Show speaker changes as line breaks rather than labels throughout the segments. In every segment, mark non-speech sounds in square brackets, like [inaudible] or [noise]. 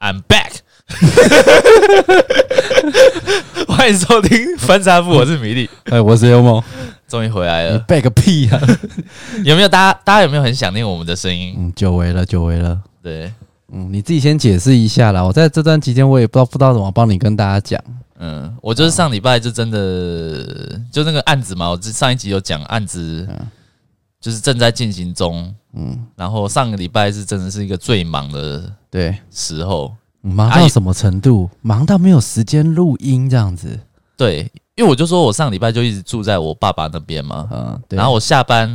I'm back，欢迎收听翻沙布，我是米粒，
[laughs] 哎，我是幽梦，
终于回来
你
了。
背个屁
[laughs]
啊！
有没有大家？大家有没有很想念我们的声音？
嗯，久违了，久违了。
对，
嗯，你自己先解释一下啦。我在这段期间，我也不知道不知道怎么帮你跟大家讲。
嗯，我就是上礼拜就真的就那个案子嘛，我之上一集有讲案子，就是正在进行中。嗯，然后上个礼拜是真的是一个最忙的
对，
时候，
忙
啊
到什么程度？忙到没有时间录音这样子。
对，因为我就说我上礼拜就一直住在我爸爸那边嘛，
嗯，对。
啊然后我下班，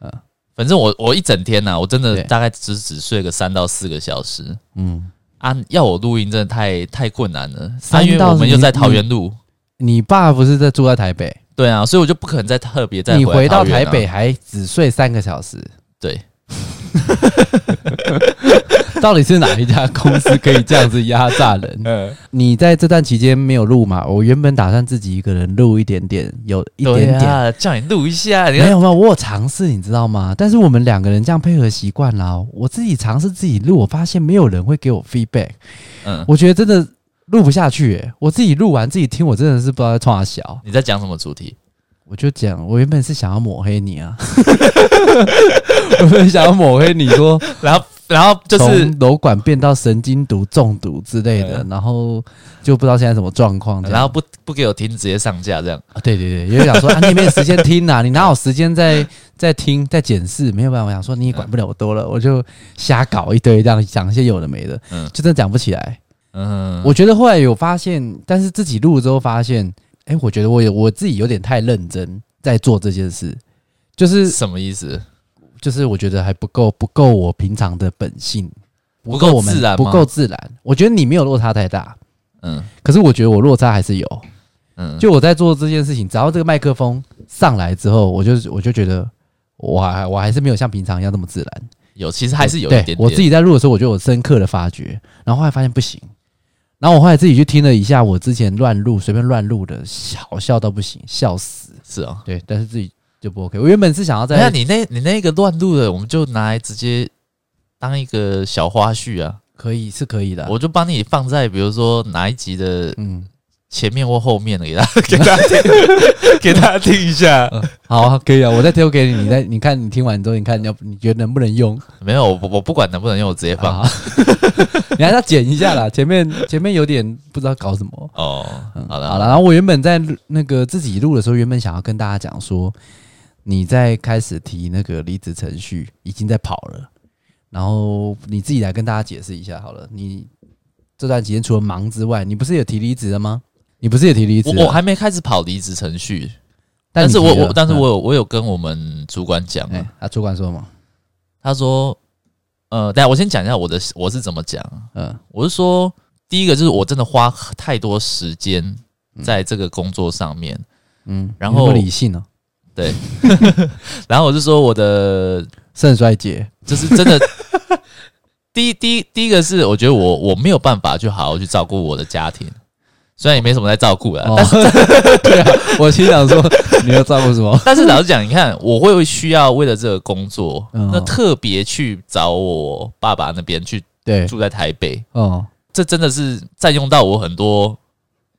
嗯
反正我我一整天呐、我真的
对
大概只只睡个三到四个小时
嗯，
啊！要我录音真的太太困难了，啊、
三
因为
到
我们又
你
在桃园录，
你爸不是在住在台北？
对啊，所以我就不可能再特别再
你
回
回
桃
到
园
台
啊
北，还只睡三个
[laughs]
小时，
对，
到底是哪一家公司可以这样子压榨人？
嗯，
你在这段期间没有录嘛？我原本打算自己一个人录一点点，有一
对
点点
啊，叫你录一下，你
没
看
有没有，我有尝试，你知道吗？但是我们两个人这样配合习惯啦，我自己尝试自己录，我发现没有人会给我 feedback，
嗯，
我觉得真的录不下去、欸。我自己录完自己听，我真的是不知道在创啥小。
你在讲什么主题？
我就讲，我原本是想要抹黑你啊， [laughs] 我原本想要抹黑你说
然后然后 [laughs] 就是嗯
从楼管变到神经毒中毒之类的，然后就不知道现在什么状况这样。
然后不不给我听，直接上架这样，
啊，对对对，因为想说啊，你也没有时间听
[laughs]
啊，你哪有时间在在听在检视？没有办法，我想说你也管不了我多了，我就瞎搞一堆，这样讲一些有的没的，
嗯
就真的讲不起来。
嗯，
我觉得后来有发现，但是自己录之后发现，哎、我觉得我有我自己有点太认真在做这件事，就是
什么意思？
就是我觉得还不够不够我平常的本性，
不
够
够
我们
自然吗
不够自然。我觉得你没有落差太大，
嗯
可是我觉得我落差还是有。
嗯，
就我在做这件事情，只要这个麦克风上来之后，我就我就觉得我还我还是没有像平常一样那么自然。
有，其实还是有一
对
点点，
我自己在录的时候，我就有深刻的发觉，然后后来发现不行。然后我后来自己去听了一下我之前乱录、随便乱录的，好笑到不行，笑死。
是哦。
对，但是自己就不 OK。我原本是想要
等一下
在
你那你那个乱录的，我们就拿来直接当一个小花絮啊，
可以是可以的啊，
我就帮你放在比如说哪一集的
嗯，
前面或后面的，给大家 [laughs] 给大家听，给大家听一
[laughs]
下。
好啊，可以啊，我再丢给你，你再你看你听完之后，你看你要你觉得能不能用？
没有，我我不管能不能用，我直接放。
啊， [laughs] 你还是要剪一下啦，前面前面有点不知道搞什么。
哦，好了
嗯好了，，然后我原本在录那个自己录的时候，原本想要跟大家讲说，你在开始提那个离职程序已经在跑了，然后你自己来跟大家解释一下好了。你这段期间除了忙之外，你不是也提离职了吗？你不是也提离职了？
我我还没开始跑离职程序，
但
但
你
是我
提了
我但是
嗯
我有我有跟我们主管讲啊，
哎、啊，主管说嘛，
他说，呃，等一下我先讲一下我的我是怎么讲，啊
嗯
我是说，第一个就是我真的花太多时间在这个工作上面，
嗯，
然
你那么
后
理性哦、
然后我是说我的
肾衰竭，
就是真
[laughs]
的，第一第一第一个是我觉得我我没有办法去好好去照顾我的家庭，虽然也没什么在照顾啦，
哦
呃但，
[laughs] 对啊，我心想说你要照顾什么？
但是老实讲，你看我会需要为了这个工作，
嗯
那特别去找我爸爸那边去
对，
住在台北，
哦，
这真的是占用到我很多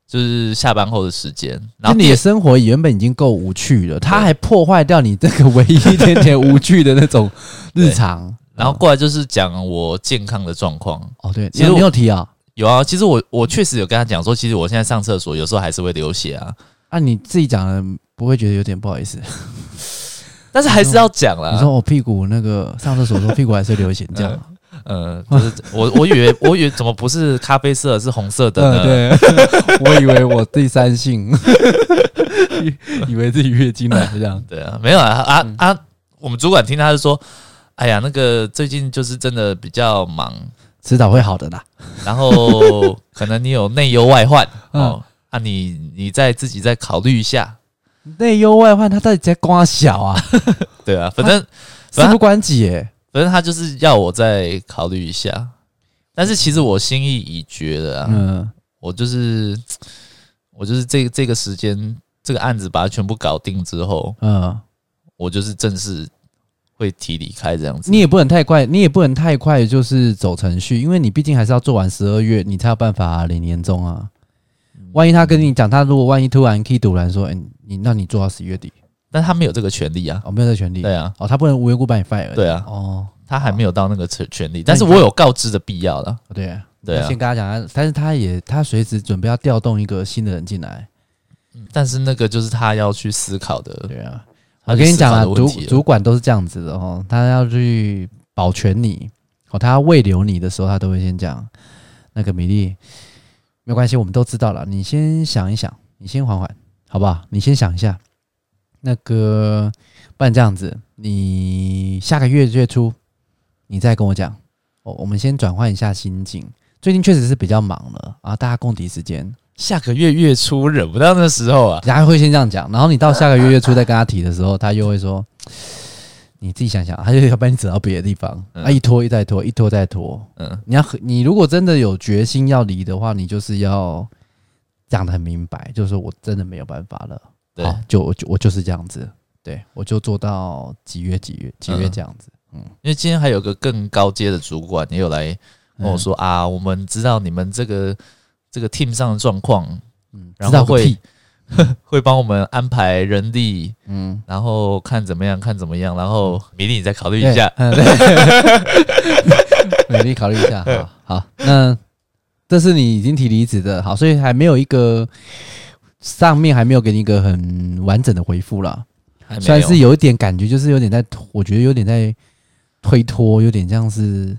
就是下班后的时间，然
那
后
你
第
的
二
生活原本已经够无趣了，他还破坏掉你这个唯一一点点无趣的那
[laughs]
种日常。
然后过来就是讲我健康的状况。
哦，对，
其实
你有
我
你有提啊，
有啊，其实我我确实有跟他讲说，其实我现在上厕所有时候还是会流血啊，
啊，你自己讲的不会觉得有点不好
[laughs]
意思？
但是还是要讲啦。
你说我哦屁股那个上厕所的时候屁股还是流血，这样
[laughs] 嗯呃，就是我我以
[laughs]
为我以为怎么不是咖啡色是红色的呢？[laughs]
嗯对，我以为我第三性，以以为自己月经来这样。
对啊，没有啊啊、
嗯
啊！我们主管听他就说，哎呀，那个最近就是真的比较忙，
迟早会好的啦。
然
[laughs]
后可能你有内忧外患
嗯
哦，啊你你再自己再考虑一下，
内忧外患，他到底在刮小啊？
对 [laughs] 啊，反正、
事不关己耶。
反正他就是要我再考虑一下，但是其实我心意已决了啊，
嗯，
我就是我就是这这个时间这个案子把它全部搞定之后，
嗯，
我就是正式会提离开这样子。
你也不能太快，你也不能太快，就是走程序，因为你毕竟还是要做完十二月，你才有办法领年终啊。万一他跟你讲，他如果万一突然 key 突然说，哎、你那你做到十一月底，
但他没有这个权利啊，
哦，没有这权利，
对啊，
哦，他不能无缘无故把你 fire，
对啊，
哦，
他还没有到那个权权利，但是我有告知的必要了。
对啊，
对啊
先跟他讲啊，但是他也他随时准备要调动一个新的人进来，
但是那个就是他要去思考的，
对啊，
他
我
去
跟你
思
讲
考
啊，
的问
主
题了
主管都是这样子的哦，他要去保全你，哦，他要喂留你的时候，他都会先讲那个米粒，没有关系，我们都知道了，你先想一想，你先缓缓，好不好？你先想一下，那个，不然这样子，你下个月月初你再跟我讲，哦，我们先转换一下心境，最近确实是比较忙了啊，大家共体时间，
下个月月初忍不到那时候啊，
他会先这样讲，然后你到下个月月初再跟他提的时候，他又会说：“你自己想想。”他就要把你扯到别的地方，
嗯
啊，一拖一再拖，一拖再拖。
嗯，
你要很你如果真的有决心要离的话，你就是要讲的很明白，就是说我真的没有办法了，
对，
好，就我就我就是这样子，对我就做到几月几月几月
嗯
这样子。
因为今天还有个更高阶的主管也有来跟
嗯
我说、啊，我们知道你们这个这个 team 上的状况，
嗯，
然
知道
后
个
会
屁
会帮我们安排人力，
嗯，
然后看怎么样，看怎么样，然后明天你再考虑
对 [laughs]
一下，
嗯对努力考虑一
[laughs]
下。好，好，那这是你已经提离职的，好，所以还没有一个上面还没有给你一个很完整的回复啦。
还
虽
没
然
有
是有一点感觉，就是有点在拖，我觉得有点在推脱，有点像是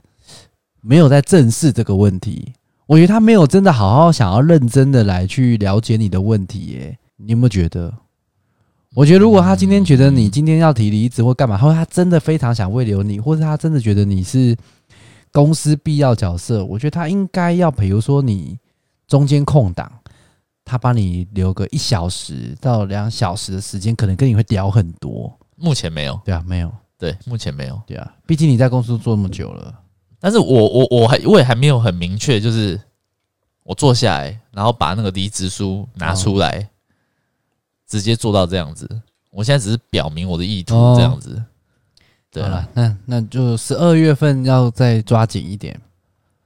没有在正视这个问题。我觉得他没有真的好好想要认真的来去了解你的问题耶，你有没有觉得？我觉得如果他今天觉得你今天要提离职或干嘛，或者他真的非常想慰留你，或者他真的觉得你是公司必要角色，我觉得他应该要，比如说你中间空档，他帮你留个一小时到两小时的时间，可能跟你会聊很多。
目前没有，
对啊，没有，
对，目前没有，
对啊，毕竟你在公司做那么久了，
但是我我我还我也还没有很明确，就是我坐下来，然后把那个离职书拿出
哦
来，直接做到这样子。我现在只是表明我的意图
哦
这样子。对
好
啊，
了，那那就十二月份要再抓紧一点，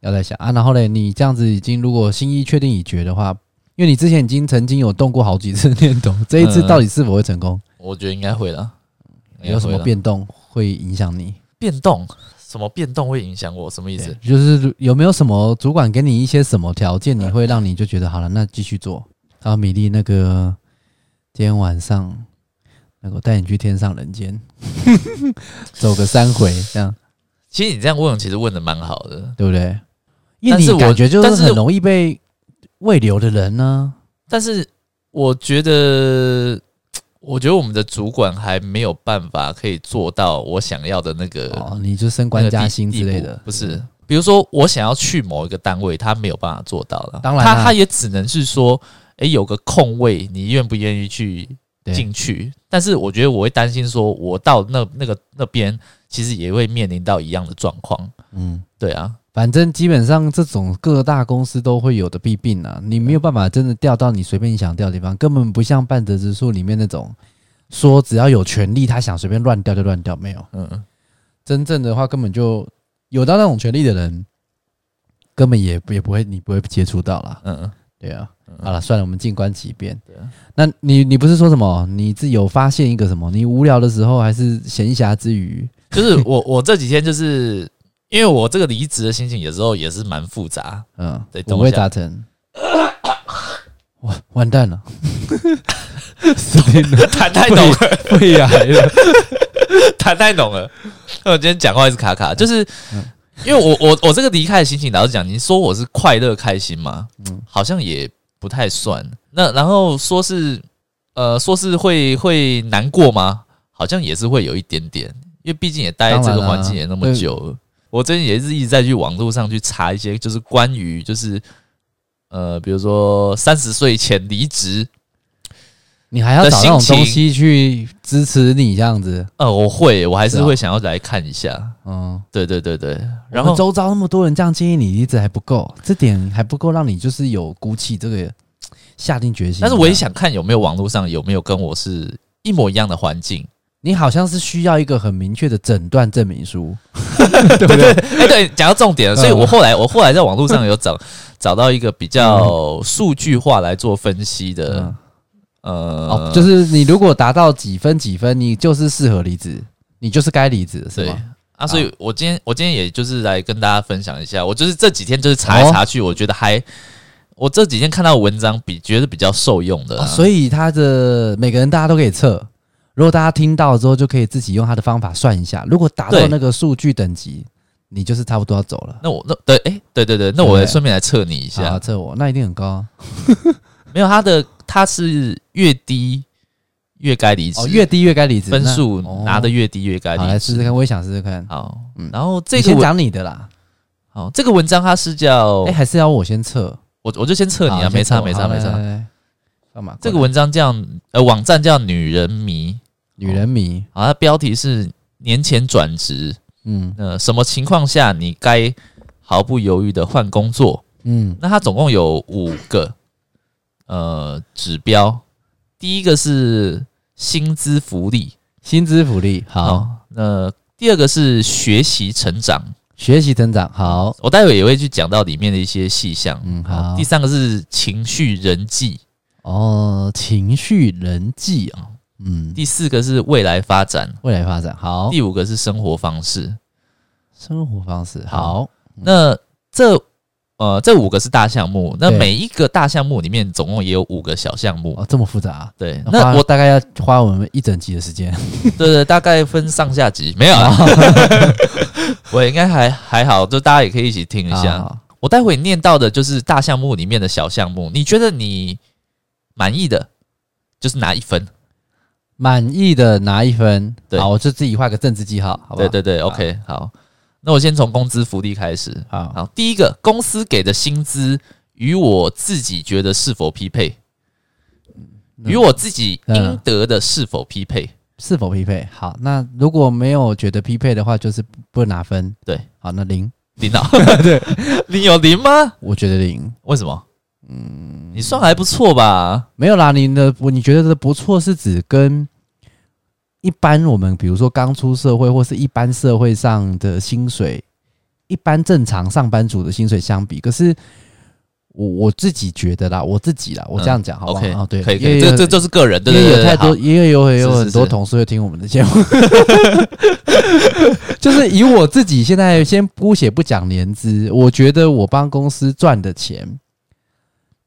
要再想啊。然后嘞，你这样子已经如果心意确定已决的话，因为你之前已经曾经有动过好几次 [laughs] 念头，这一次
嗯
到底是否会成功，
我觉得应该会了。应该会
嗯有什么
啦
变动会影响你？
变动？什么变动会影响我？什么意思？
对就是有没有什么主管给你一些什么条
嗯
件，你会让你就觉得好了，那继续做。然后米粒那个今天晚上，那个我带你去天上
[laughs]
人间，走个三回，这样
其实你这样问，其实问的蛮好的。
对不对？因为
但
你
是我
感觉就是
但是
很容易被喂流的人呢、
但是我觉得，我觉得我们的主管还没有办法可以做到我想要的那个
哦，你就
呃
升
那
官
个
加
呃地
薪之
地
类的嗯
步，不是？比如说，我想要去某一个单位，他没有办法做到了，
当然啦
他他也只能是说，诶，有个空位，你愿不愿意去
对
进去？但是我觉得我会担心说，我到那那个那边，其实也会面临到一样的状况。
嗯。
对啊，
反正基本上这种各大公司都会有的弊病啊，你没有办法真的调到你随便你想调的地方，根本不像《半泽直树》里面那种说只要有权利他想随便乱调就乱调，没有
嗯，
真正的话根本就有到那种权利的人，根本也也不会你不会接触到啦。
嗯，
对啊，
嗯
好了，算了，我们静观其变。
对啊
那你你不是说什么？你自己有发现一个什么？你无聊的时候还是闲暇之余，
就是我 [laughs] 我这几天就是因为我这个离职的心情，有时候也是蛮复杂。 [laughs]
嗯
对，
我
等我
会
一下
达成。完完蛋了，死定了，
谈太懂了，
肺癌了。
谈太懂了。我今天讲话一直卡
嗯
卡，就是因为我我我这个离开的心情，老实讲，你说我是快乐开心吗？
嗯
好像也不太算。那然后说是呃，说是会会难过吗？好像也是会有一点点，因为毕竟也待在这
当
个
然啦
环境也那么久了。我最近也是一直在去网络上去查一些，就是关于就是呃，比如说三十岁前离职，
你还要
的
找那种
心情
东西去支持你这样子，
呃，我会，我还
是
是
啊
会想要来看一下。
嗯。
对对对对，然
然后
后
周遭那么多人这样建议你，一直还不够，这点还不够让你就是有鼓起这个下定决心。嗯
但是我也，想看有没有网络上有没有跟我是一模一样的环境，
你好像是需要一个很明确的诊断证明书，
对不对？哎， [laughs] 对，讲到重点了，所以
嗯
我后来我后来在网络上有找找到一个比较数据化来做分析的呃
嗯，哦，，就是你如果达到几分几分，你就是适合离职，你就是该离职的是
对
吗？
啊，所以我今天我今天也就是来跟大家分享一下，我就是这几天就是
哦
查来查去，我觉得还我这几天看到文章比觉得比较受用的
哦
啦，
所以他的每个人大家都可以测，如果大家听到之后，就可以自己用他的方法算一下，如果达到
对
那个数据等级，你就是差不多要走了。
那我那对哎、对对对，那我
对
顺便来测你一
啊，
下，
测我那一定很高啊
没有他的他是越低越该离职，
哦，越低越该离职，
分
那
数
哦
拿的越低越该
好来
离
试试
职。
看，我也想试试看。
好
嗯，
然后这
你
个
先
文
讲你的啦，
好这个文章它是叫
哎、还是要我先测？
我我就先哦测你啊，
好
没
先测
差
我
没差
好
没
来
差。
来来干嘛？
这个
过来
文章叫呃网站叫女人迷，
女人迷，
好，它标题是年前转职，
嗯
呃，什么情况下你该毫不犹豫的换工作？ [laughs]
嗯
那它总共有五个呃指标，第一个是薪资福利，
薪资福利好，
那、第二个是学习成长，
学习成长好，
嗯我待会也会去讲到里面的一些细项。
嗯好
第，三个是情绪人际，
哦，情绪人际啊、嗯，
第四个是未来发展，
未来发展好，
第五个是生活方式。
生活方式好，
那这呃这五个是大项目，那
对
每一个大项目里面总共也有五个小项目。
哦，这么复杂啊、
对，
花
那
[laughs]
我
大概要花我们一整集的时间，
对对，大概分上下集，没有啊，[laughs]
哦
我应该还还好，就大家也可以一起听一下。
好
我待会念到的就是大项目里面的小项目，你觉得你满意的，就是拿一分。
满意的拿一分，
对
好，我就自己画个政治记号，好不
对，
好？
对对，OK，好。那我先从工资福利开始。
好，
好，第一个，公司给的薪资与我自己觉得是否匹配，
嗯
与我自己应得的是否匹
[laughs]
配。
是否匹配？好，那如果没有觉得匹配的话，就是不不拿分，
对，
好，那零，
领导，对， [laughs] 你有零吗？
我觉得零。
为什么？嗯，你算还不错吧？
没有啦，你的不你觉得的不错是指跟一般我们比如说刚出社会或是一般社会上的薪水，一般正常上班族的薪水相比，可是我我自己觉得啦，我自己啦，我这样讲好不好？
，OK，
哦，对，
可以，可
因为
以，这这就是个人，对
因
对
为
对，
有太
对
多，因为有
是
有
是
很多
是
同事会听我们的节目， [laughs] 就是以我自己现在先姑且不讲年资，我觉得我帮公司赚的钱，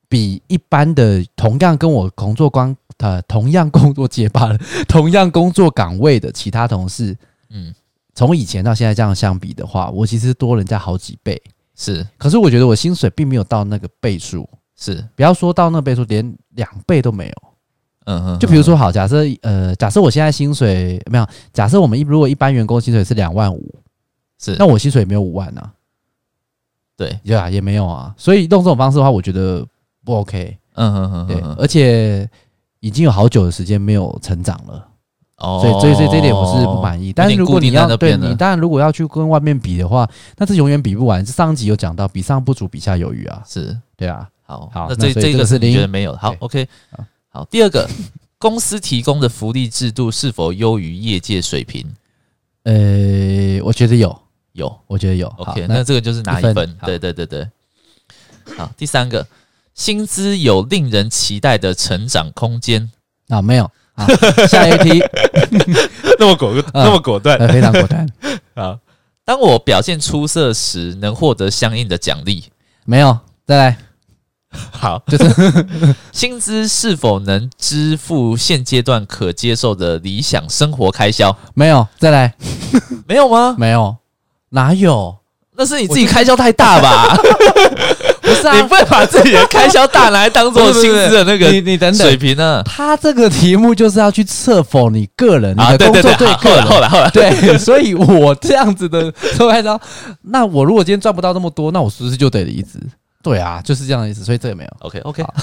比一般的同样跟我工作光呃同样工作结巴了， [laughs] 同样工作岗位的其他同事，
嗯，
从以前到现在这样相比的话，我其实多人家好几倍。
是
可是我觉得我薪水并没有到那个倍数，
是，
不要说到那倍数，连两倍都没有。
嗯哼，
就比如说，好，假设呃，假设我现在薪水没有，假设我们一如果一般员工薪水是两万五，
是
那我薪水也没有五万啊，
对，
对啊，也没有啊，所以用这种方式的话，我觉得不 OK，
嗯哼哼
对，
哼哼，
而且已经有好久的时间没有成长了，
哦
所以所以所以这一点我是不满意。但是如果你要对你，
有点固定在那边了
当然如果要去跟外面比的话，那是永远比不完。上一集有讲到，比上不足，比下有余啊，
是
对啊，
好，
好
那
那
这
所以
这
这
个
个是
是你
零
觉得没有好
对
，OK，
好
好，第二个，公司提供的福利制度是否优于业界水平？
呃，我觉得有，
有
我觉得有。好
，OK，那这个就是拿
一
一
分
分，
好
对对对对。好，第三个，薪资有令人期待的成长空间，
啊没有。好，下一题，
[laughs] 那么果
那么
果断
呃，非常果断，
好，嗯当我表现出色时，能获得相应的奖励。
[laughs] 没有，再来，
好，
就是
[laughs] 薪资是否能支付现阶段可接受的理想生活开销？
没有，再来，
没有吗？
没有，哪有？
那是你自己开销太大 [laughs] 吧？
不是
你不会把自己的开销大拿来当做薪资的那
你
个
你等
水
等，
平啊呢？
他这个题目就是要去测否你个人、
啊，
你的
对
工
对
作
对，好后
个
来
人。
后来后来，
[laughs] 对，所以我这样子的收开销，那我如果今天赚不到那么多，那我是不是就得离职？对啊，就是这样的意思。所以这个没有，
OK OK，
好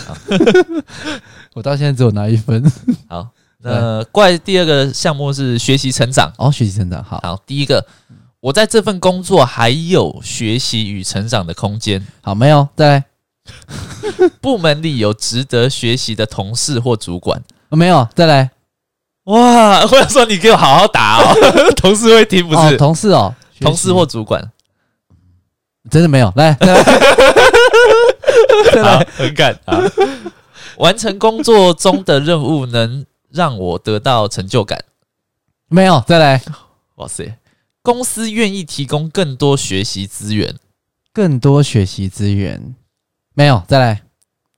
我到现在只有拿
[laughs]
一分。
好，那怪第二个项目是学习成长。
哦，学习成长好，
好，第一个，我在这份工作还有学习与成长的空间。
好没有，再来，
部门里有值得学习的同事或主管，
哦没有，再来，
哇，或者说你给我好好打哦， [laughs] 同事会听不
哦
是？
同事哦，
同事或主管，
真的没有，来，
[laughs]
再来再
好
来，，
很敢啊！好完成工作中的任务能让我得到成就感。
没有，再来，
哇塞，公司愿意提供更多学习资源。
更多学习资源，没有，再来。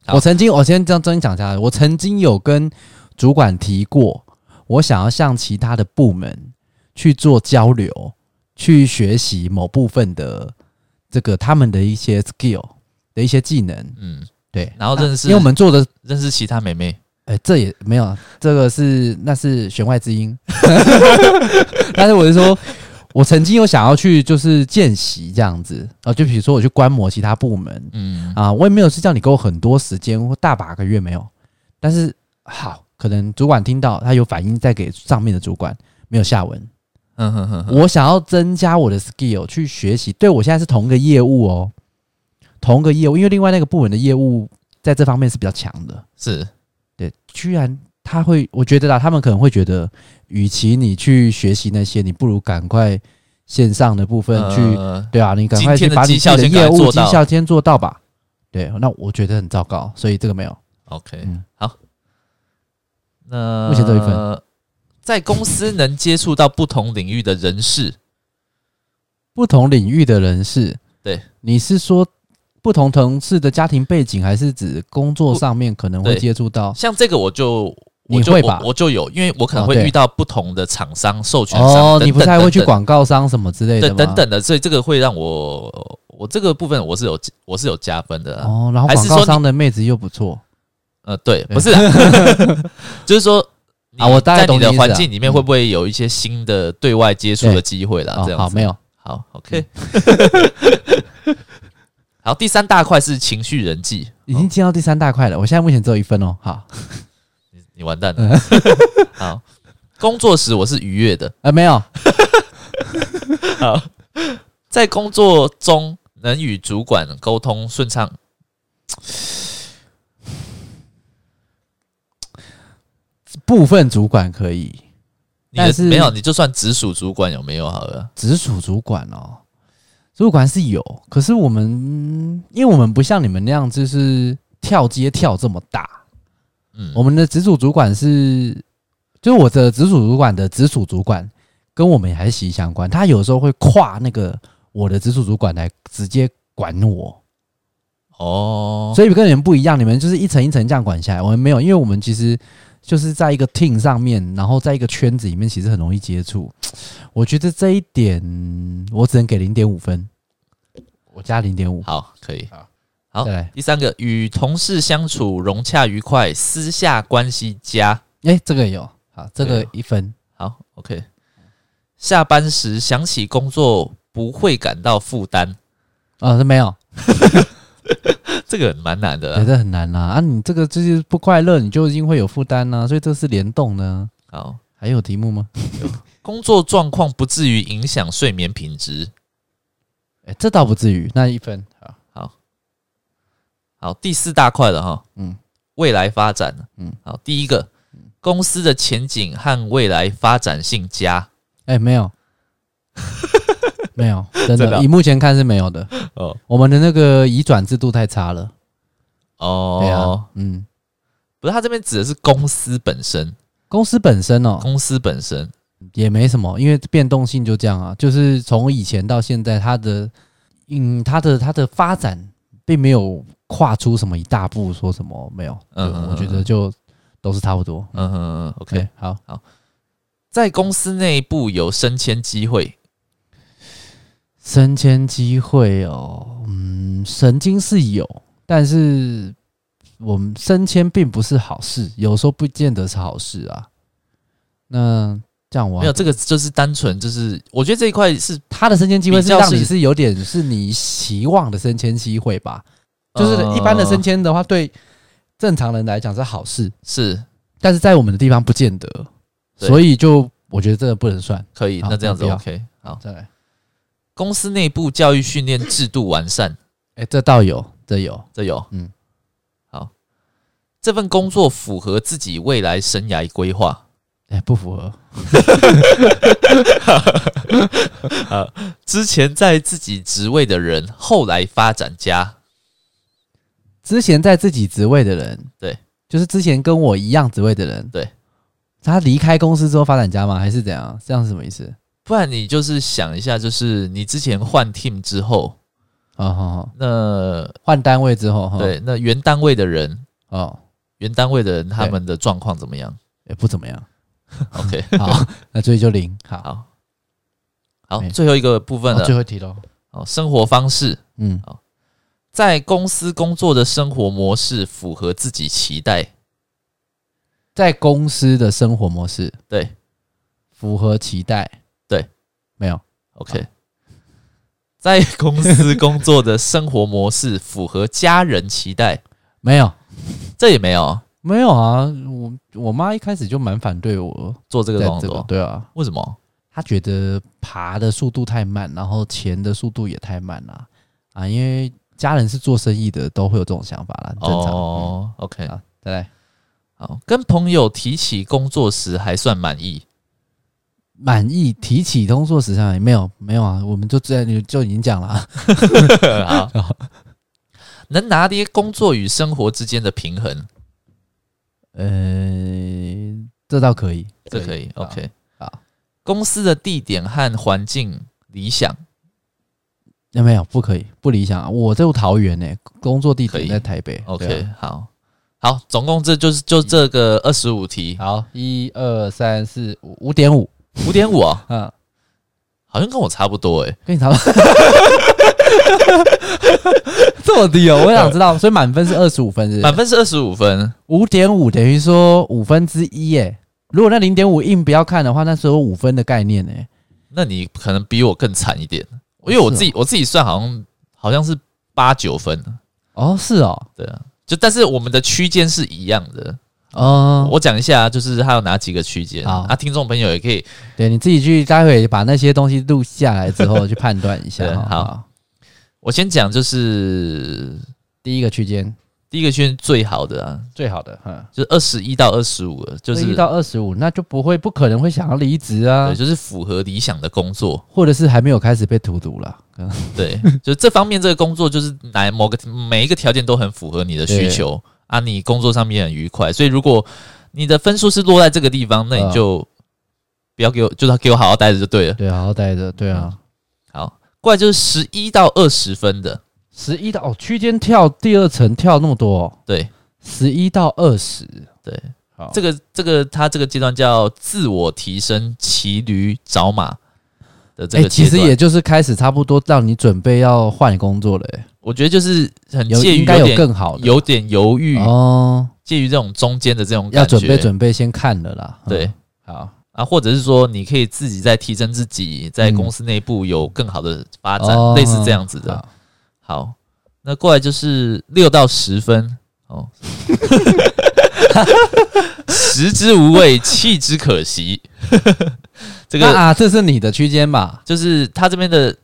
好
我曾经，我先这样真讲一下，我曾经有跟主管提过，我想要向其他的部门去做交流，去学习某部分的这个他们的一些 skill 的一些技能，
嗯，
对，
然后认识
啊因为我们做的
认识其他妹妹，
哎、这也没有，这个是那是弦外之音。 [laughs] 但是我是说，我曾经有想要去就是见习这样子啊、就比如说我去观摩其他部门
嗯，
啊，我也没有是叫你给我很多时间或大把个月没有，但是好，可能主管听到他有反应，再给上面的主管没有下文。
哼哼哼哼，
啊我想要增加我的 skill 去学习，对我现在是同一个业务哦，同一个业务，因为另外那个部门的业务在这方面是比较强的。
是
对，居然他会，我觉得啦，他们可能会觉得，与其你去学习那些，你不如赶快线上的部分去，
呃
对啊，你赶
今
快去
天的
把你
绩
自己
效
的
先赶
业
快
务
做
绩
到
效先做到吧。对，那我觉得很糟糕，所以这个没有。
OK，、
嗯
好。那
目前只有一
份，在公司能接触到不同领域的人士，
不同领域的人士，
对，
你是说不同同事的家庭背景，还是指工作上面可能会
对
接触到？
像这个我就我
你
就
会
我
吧
我就有，因为我可能
哦
会
对
遇到不同的厂商、授权商，
哦，
等
你不
等
太会去
等等
广告商什么之类的
对
吗？
等等的，所以这个会让我我这个部分我是有我是有加分的啦。
哦，然后
还
广
是说
告商的妹子又不错，
呃，对，
对
不是
[laughs]
啦，就是说
啊我大概
在
懂
你
你
的
意思
环
啊
境里面
嗯
会不会有一些新的对外接触
对
的机会啊啦？这
哦，
样
好，
子
没嗯有，
好，OK。好，第三大块是情绪人际，
已经进到第三大块了，我现在目前只有一分哦。好，
你你完蛋了。
嗯
[laughs] 好，工作时我是愉悦的，
呃，没有，
在工作中能与主管沟通顺畅，
部分主管可以，
你的
但是
没有，你就算直属主管有没有好了？
直属主管哦，主管是有，可是我们因为我们不像你们那样，就是跳接跳这么大，
嗯，
我们的直属主管是，就是我的直属主管的直属主管跟我们还是息息相关，他有时候会跨那个我的直属主管来直接管我，
哦，
所以跟你们不一样，你们就是一层一层这样管下来，我们没有，因为我们其实就是在一个 team 上面，然后在一个圈子里面，其实很容易接触。我觉得这一点我只能给零点五分，我加零点五。
好，可以。好
再来，
第三个，与同事相处融洽愉快，私下关系佳。
哎、这个有，好，这
对
个
啊
一分，
好，OK。下班时想起工作不会感到负担， [laughs]
啊，这没有，
这个蛮难的
觉
啊。
得很难啦。啊，你这个就是不快乐，你就一定会有负担呐，所以这是联动呢。
好，
还有题目吗？
工作状况不至于影响睡眠品质。
哎、这倒不至于，那一分好，
好，第四大块了哈，
嗯，
未来发展，嗯
嗯，
好，第一个，公司的前景和未来发展性佳。
哎、
[laughs]
没有，没有，真
真的
的，
啊
以目前看是没有的。
哦
我们的那个移转制度太差了。对
哦
啊，，嗯，
不是，他这边指的是公司本身，
公司本身哦
公司本身，
也没什么，因为变动性就这样啊，就是从以前到现在，它的嗯，它的它的发展并没有跨出什么一大步，说什么没有，
嗯
嗯
嗯嗯
我觉得就都是差不多。
嗯嗯嗯，OK，
对，好，
在公司内部有升迁机会，
升迁机会哦，嗯，神经是有，但是我们升迁并不是好事，有时候不见得是好事啊。那这样我要
没有这个就是单纯就是，我觉得这一块是
他的升迁机会
比
是
较
让你
是
是有点是你期望的升迁机会吧？就是
呃
一般的升迁的话，对正常人来讲是好事，
是
但是在我们的地方不见得，
对
所以就我觉得这个不能算。
可以，
好
那这样子
那不要
OK，好，
再来，
公司内部教育训练制度完善，
哎，这倒有，这有，
这有，嗯
嗯，
好，这份工作符合自己未来生涯规划，
哎、不符合，
之前在自己职位的人，后来发展家，
之前在自己职位的人，
对，
就是之前跟我一样职位的人，
对，
他离开公司之后发展家吗？还是怎样？这样是什么意思？
不然你就是想一下，就是你之前换 team 之后，
哦，好好，
那
换单位之后，哈，，
对那原单位的人，
哦，
原单位的人他们的状况怎么样
也、不怎么
[laughs]
样，
？OK，
好，那所以就零，好，
好，好，
没
最后一个部分
哦、最
了，
后一题喽，
哦，生活方式，
嗯，
在公司工作的生活模式符合自己期待，
在公司的生活模式
对
符合期待，
对，
没有，
，OK。在公司工作的生活模式符合家人期待， [laughs]
没有，
这也没有
没有啊，我我妈一开始就蛮反对我
做这个哦
在
动
这个
作，，
对啊，
为什么？
她觉得爬的速度太慢，然后钱的速度也太慢啦、啊，因为家人是做生意的，都会有这种想法啦，很正常。哦、
哦，OK，
啊，再来，
好，跟朋友提起工作时还算满意， [laughs]
满意提起工作时上没有没有啊，我们就这样就就已经讲了、啊， [laughs]
好，能拿捏工作与生活之间的平衡，
呃，这倒可以，啊
这可以。OK，
好
公司的地点和环境理想，
那没有不可以，不理想、啊。我在桃园呢、工作地
可以
点在台北。对
OK，、
啊
好，好，总共这就是就这个二十五题，
好，一二三四五五点五，
五点五啊，
嗯，
好像跟我差不多诶、
跟你差不多。 [laughs] 这么低哦，我想知道，所以满分是二十五分是
满分是二十五分，
五点五等于说五分之一耶。如果那零点五硬不要看的话，那时候五分的概念呢？
那你可能比我更惨一点，因为我自己、我自己算好像好像是八九分，
哦，是哦，
对啊，就但是我们的区间是一样的。
哦，
我讲一下，就是它有哪几个区间
好
啊？听众朋友也可以
对，你自己去，待会把那些东西录下来之后去判断一 [laughs] 下
对
哈。
好，我先讲，就是
第一个区间
第一个圈最好的啊，
最好的，嗯，
就是二十一到二十五，就
就是一到二十五，那就不会不可能会想要离职啊
对，，就是符合理想的工作。
或者是还没有开始被荼
[laughs]
毒了。嗯
对，就是这方面这个工作，就是哪某个每一个条件都很符合你的需求啊，你工作上面很愉快。所以如果你的分数是落在这个地方，
啊
那你就不要给我，就是给我好好待着就对了。
对，好好待着，对
嗯
啊。
好，过来就是十一到二十分的，
十一到哦，区间跳第二层跳那么多、哦，
对
十一到二十，
对，
好，
这个这个他这个阶段叫自我提升，骑驴找马的这
哎、
个
其
阶
实
段。
也就是开始差不多让你准备要换工作了、哎
我觉得就是很
有
介于
应该
有
有
点
更好的
有点犹豫，
哦，
介于这种中间的这种感觉，
要准备准备先看了啦。嗯
对，
好，
啊，或者是说你可以自己再提升自己，在
嗯
公司内部有更好的发展，
哦
类似这样子的。
好
好，那过来就是六到十分哦， [laughs] 食之无味，弃之可惜。 [laughs] 这
那
个
啊，这是你的区间吧？
就是他这边的，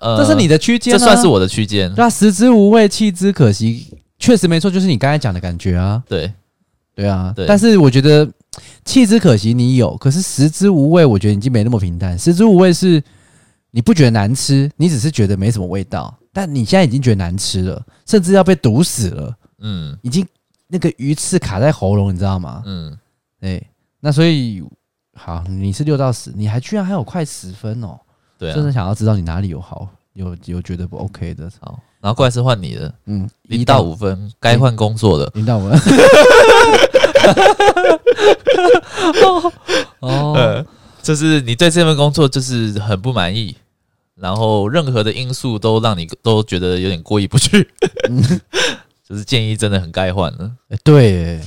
呃，
这是你的区间、
这
啊，
算是。我的区间，
那食之无味，弃之可惜，确实没错，就是你刚才讲的感觉啊。
对
对啊，
对
但是我觉得弃之可惜你有，可是食之无味，我觉得已经没那么平淡。食之无味是你不觉得难吃，你只是觉得没什么味道，但你现在已经觉得难吃了，甚至要被毒死了，
嗯
已经那个鱼刺卡在喉咙，你知道吗？
嗯，
哎、那所以好，你是六到十，你还居然还有快十分哦，
对啊
真。的想要知道你哪里有好，有有觉得不 OK 的，
好，然后过来是换你的。
嗯，
零到五分，该换工作了。
领导们。 [laughs]
[laughs]
哦，
呃，就是你对这份工作就是很不满意，然后任何的因素都让你都觉得有点过意不去，
[laughs]
就是建议真的很该换了。
欸对耶，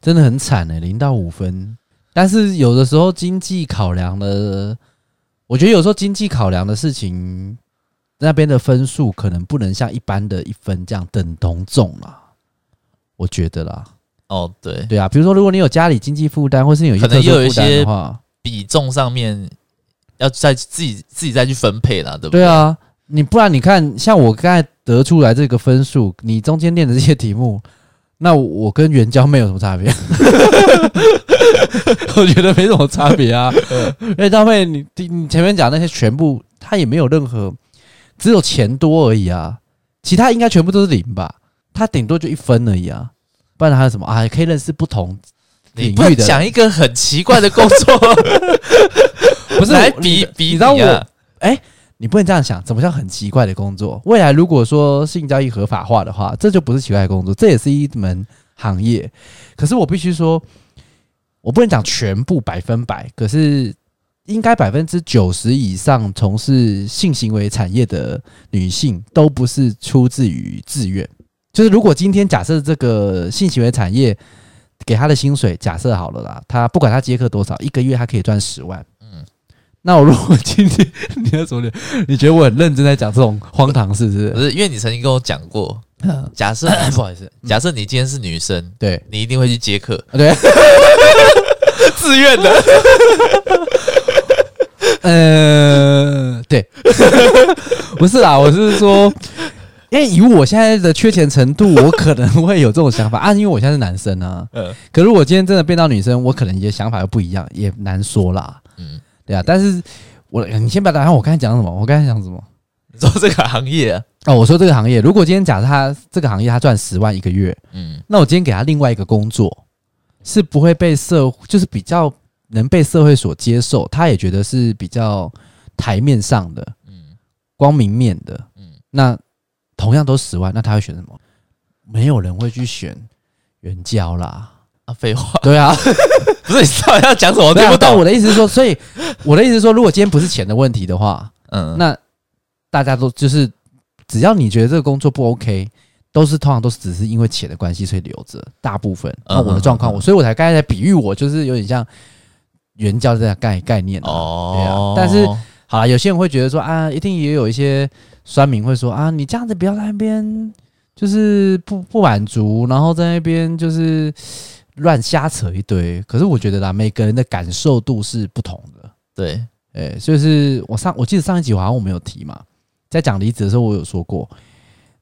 真的很惨哎，零到五分。但是有的时候经济考量的，我觉得有时候经济考量的事情，那边的分数可能不能像一般的一分这样等同重啦。我觉得啦，
哦，对，
对啊，比如说如果你有家里经济负担，或是你有一些
可能
特殊
又有一
负担
些
的话，
比重上面要再自己自己再去分配啦，对不
对
对？
啊，你不然你看，像我刚才得出来这个分数，你中间练的这些题目，那我跟援交没有什么差别。 [laughs] 我觉得没什么差别啊。
嗯
因为张惠你你你前面讲那些全部，他也没有任何，只有钱多而已啊，其他应该全部都是零吧，他顶多就一分而已啊，不然还有什么啊？可以认识不同
你
领
不
域
能
的
讲一个很奇怪的工作，
不是
来
我
比比
你知道
你啊
你不能这样想，怎么叫很奇怪的工作？未来如果说性交易合法化的话，这就不是奇怪的工作，这也是一门行业。可是我必须说，我不能讲全部百分百，可是应该百分之九十以上从事性行为产业的女性都不是出自于自愿。就是如果今天假设这个性行为产业给她的薪水，假设好了啦，她不管她接客多少，一个月她可以赚十万。
嗯
那我如果今天 [laughs] 你要怎么脸？你觉得我很认真在讲这种荒唐事，是
不
不
是因为你曾经跟我讲过，
是？
假设
嗯 [coughs]
嗯
不好意思，
假设你今天是女生，
对
你一定会去接客，
对，
自愿的。
呃，对， [laughs] 不是啊啦，我是说，因为以我现在的缺钱程度，我可能会有这种想法啊，因为我现在是男生啊。
[laughs] 嗯
可是我今天真的变到女生，我可能也想法又不一样，也难说啦。
嗯，
对啊，但是我你先不要打断我，刚才讲什么？我刚才讲什么？
你说这个行业啊，
哦，我说这个行业，如果今天假设他这个行业他赚十万一个月，
嗯，
那我今天给他另外一个工作，是不会被社，就是比较能被社会所接受，他也觉得是比较台面上的，
嗯
光明面的，嗯
嗯，
那同样都十万，那他会选什么？没有人会去选援交啦，
啊，废话， [laughs]
对啊，
不是你到底要讲什么？我
[laughs] 对
哦听
啊
不
但
懂。
我的意思是说，所以我的意思是说，如果今天不是钱的问题的话，
嗯，
那大家都就是只要你觉得这个工作不 OK，都是通常都是只是因为钱的关系，所以留着大部分。
嗯
那我的状况，
嗯嗯
我所以我才刚才在比喻我，就是有点像援交这样概概念、啊、
哦，
对啊但是好啦，有些人会觉得说啊，一定也有一些酸民会说啊，你这样子不要在那边就是不不满足，然后在那边就是乱瞎扯一堆。可是我觉得啦，每个人的感受度是不同的。
对，
哎、就是我上我记得上一集好像我没有提嘛，在讲离职的时候我有说过，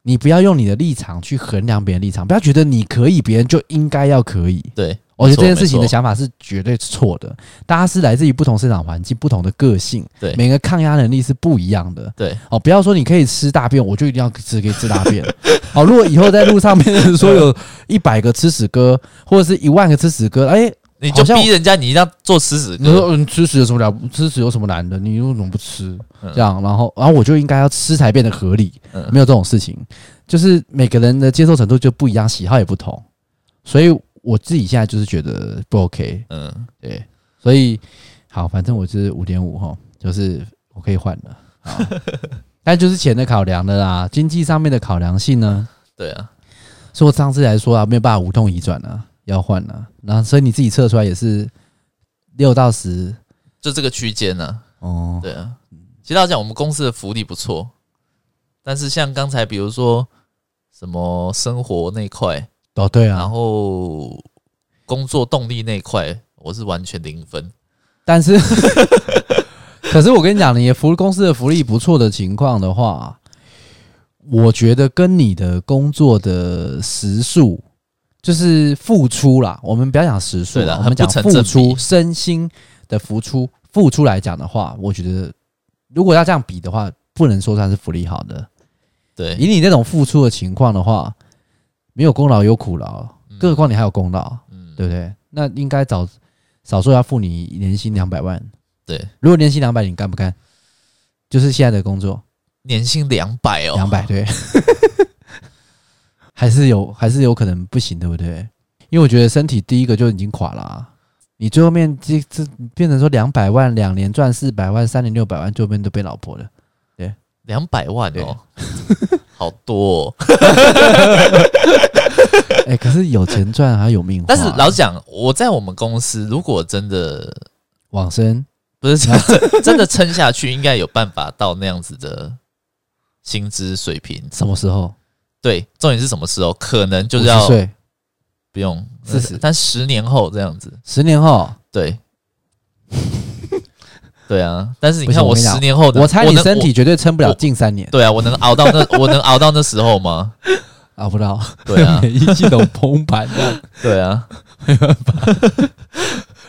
你不要用你的立场去衡量别人立场，不要觉得你可以，别人就应该要可哦以。
对，
我觉得这件
没错
事情的
没错
想法是绝对错的。大家是来自于不同生长环境、不同的个性，
对
每个抗压能力是不一样的。
对，
哦，不要说你可以吃大便，我就一定要吃可以吃大便。 [laughs] 哦，如果以后在路上面说有一百个吃屎哥，或者是一万个吃屎哥，哎、
你就
好像
逼人家，你一定要做吃屎
你
哥。
说嗯，吃屎有什么了不？吃屎有什么难的？你为什么不吃？
嗯
这样，然后然后我就应该要吃才变得合理，
嗯
没有这种事情。就是每个人的接受程度就不一样，喜好也不同，所以我自己现在就是觉得不 OK。
嗯，
对，所以好，反正我是五点五哈，就是我可以换了。好但就是钱的考量的啦，经济上面的考量性呢，
对啊，
所以我上次来说啊，没有办法无痛移转啊，要换啊。然后所以你自己测出来也是六到十。
就这个区间呢。
哦，
对啊，其实老实讲我们公司的福利不错，但是像刚才比如说什么生活那块，
哦，对
然
啊，
后工作动力那块，我是完全零分。
但是， [laughs] 可是我跟你讲，你的福公司的福利不错的情况的话，我觉得跟你的工作的时数，就是付出啦，我们不要讲时数
对
啦，
啦
我们讲
很不成
付
正
出、
比
身心的付出、付出来讲的话，我觉得如果要这样比的话，不能说算是福利好的。以
对，
你那种付出的情况的话，没有功劳有苦劳，更何况你还有功劳。
嗯，
对不对？那应该早少说要付你年薪两百万。
对，
如果年薪两百，你干不干？就是现在的工作
年薪两百哦，
两百、200对， [laughs] 还是有还是有可能不行，对不对？因为我觉得身体第一个就已经垮了啊、你最后面这这变成说两百万，两年赚四百万，三年六百万，最后面都被老婆了。
两百万哦， [laughs] 好多、哦。
哎、可是有钱赚还有命花、啊
但是老实讲，我在我们公司如果真的
往生
不是 [laughs] 真真的撑下去，应该有办法到那样子的薪资水平。
什么时候？
对，重点是什么时候？可能就是要
50岁，
不用
四十
但十年后这样子，
十年后， [laughs]
对，对啊。但是你
不行
看
我
我
跟你讲
十年后的，
我猜你
能
身体，绝对撑不了
我
近三年
我对啊，我能熬到那， [laughs] 我能熬到那时候吗？
啊！不知道。
[laughs] 对啊
免，疫系统崩盘这样，
对啊，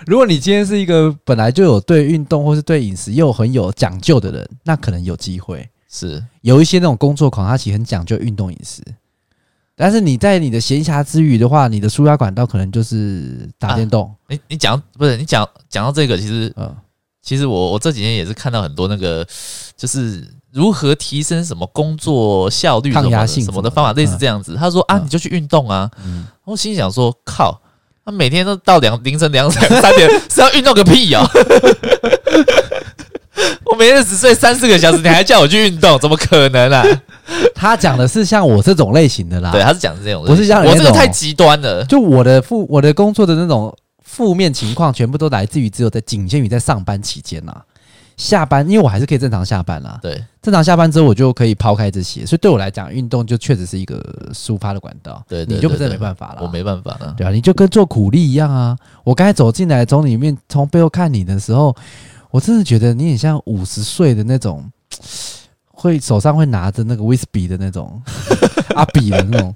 如果你今天是一个本来就有对运动或是对饮食又很有讲究的人，那可能有机会。
是
有一些那种工作狂，他其实很讲究运动饮食，但是你在你的闲暇之余的话，你的舒压管道可能就是打
啊
电动。
你你讲不是你讲讲到这个，其实
嗯，
其实我我这几天也是看到很多那个，就是如何提升什么工作效率什么
抗压
的
性
什么的
什么的
方法，类似
嗯
这样子。他说啊，
嗯
你就去运动啊。
嗯
我心里想说，靠，他每天都到两凌晨两三三点 [laughs] 是要运动个屁哦！ [laughs] 我每天只睡三四个小时，你还叫我去运动，怎么可能啊？
他讲的是像我这种类型的啦，
对，啊他是讲这种，
不啊是像你
我
那
这个
种
太极端了。
就我的负我的工作的那种负面情况，全部都来自于只有在仅限于在上班期间啦。下班，因为我还是可以正常下班啊啦。
对
正常下班之后，我就可以抛开这些，所以对我来讲，运动就确实是一个抒发的管道。
对对
你就不
对
是
对
没办法了。
我没办法了。
对啊，你就跟做苦力一样啊！我刚才走进来，从里面从背后看你的时候，我真的觉得你很像五十岁的那种，会手上会拿着那个威士比的那种阿比的那种，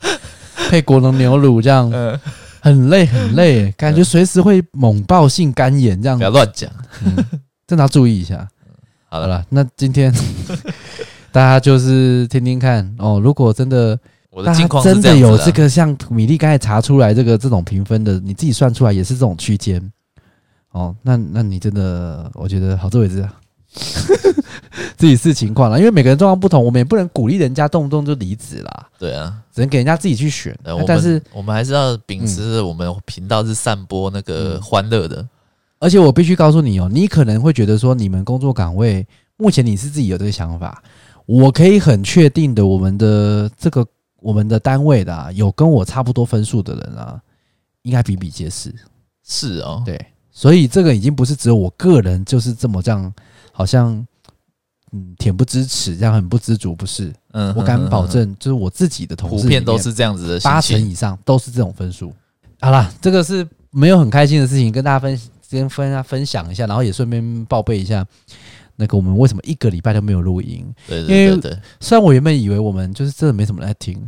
配国农牛乳这样，
嗯，
很累很累，感觉随时会猛爆性肝炎这样
不，要乱讲。
真的要注意一下。
好了，
好了，那
[laughs]
今天大家就是听听看哦，如果真的
我的
大
近
家
况是
真
这样
的
子啊
有
啦
这个像米粒刚才查出来这个这种评分的，你自己算出来也是这种区间哦。那那你真的，我觉得好自
[laughs]
为之啊，自己视情况了，因为每个人状况不同，我们也不能鼓励人家动不动就离职啦，
对啊，
只能给人家自己去选。
呃我
但是
们我们还是要秉持我们频道是散播那个
嗯
欢乐的，
而且我必须告诉你哦，你可能会觉得说，你们工作岗位目前你是自己有这个想法，我可以很确定的，我们的这个我们的单位的、啊、有跟我差不多分数的人啊，应该比比皆是。
是哦，
对，所以这个已经不是只有我个人就是这么这样，好像嗯恬不知耻，这样很不知足，不是？
嗯
我敢保，
嗯嗯
证，就是我自己的
嗯
同
普
事里
遍都
面
是这样子的心情，
八成以上都是这种分数。好啦，这个是没有很开心的事情，跟大家分跟分啊分享一下，然后也顺便报备一下，那个我们为什么一个礼拜都没有录音？
对对对对，
虽然我原本以为我们就是真的没什么人在听，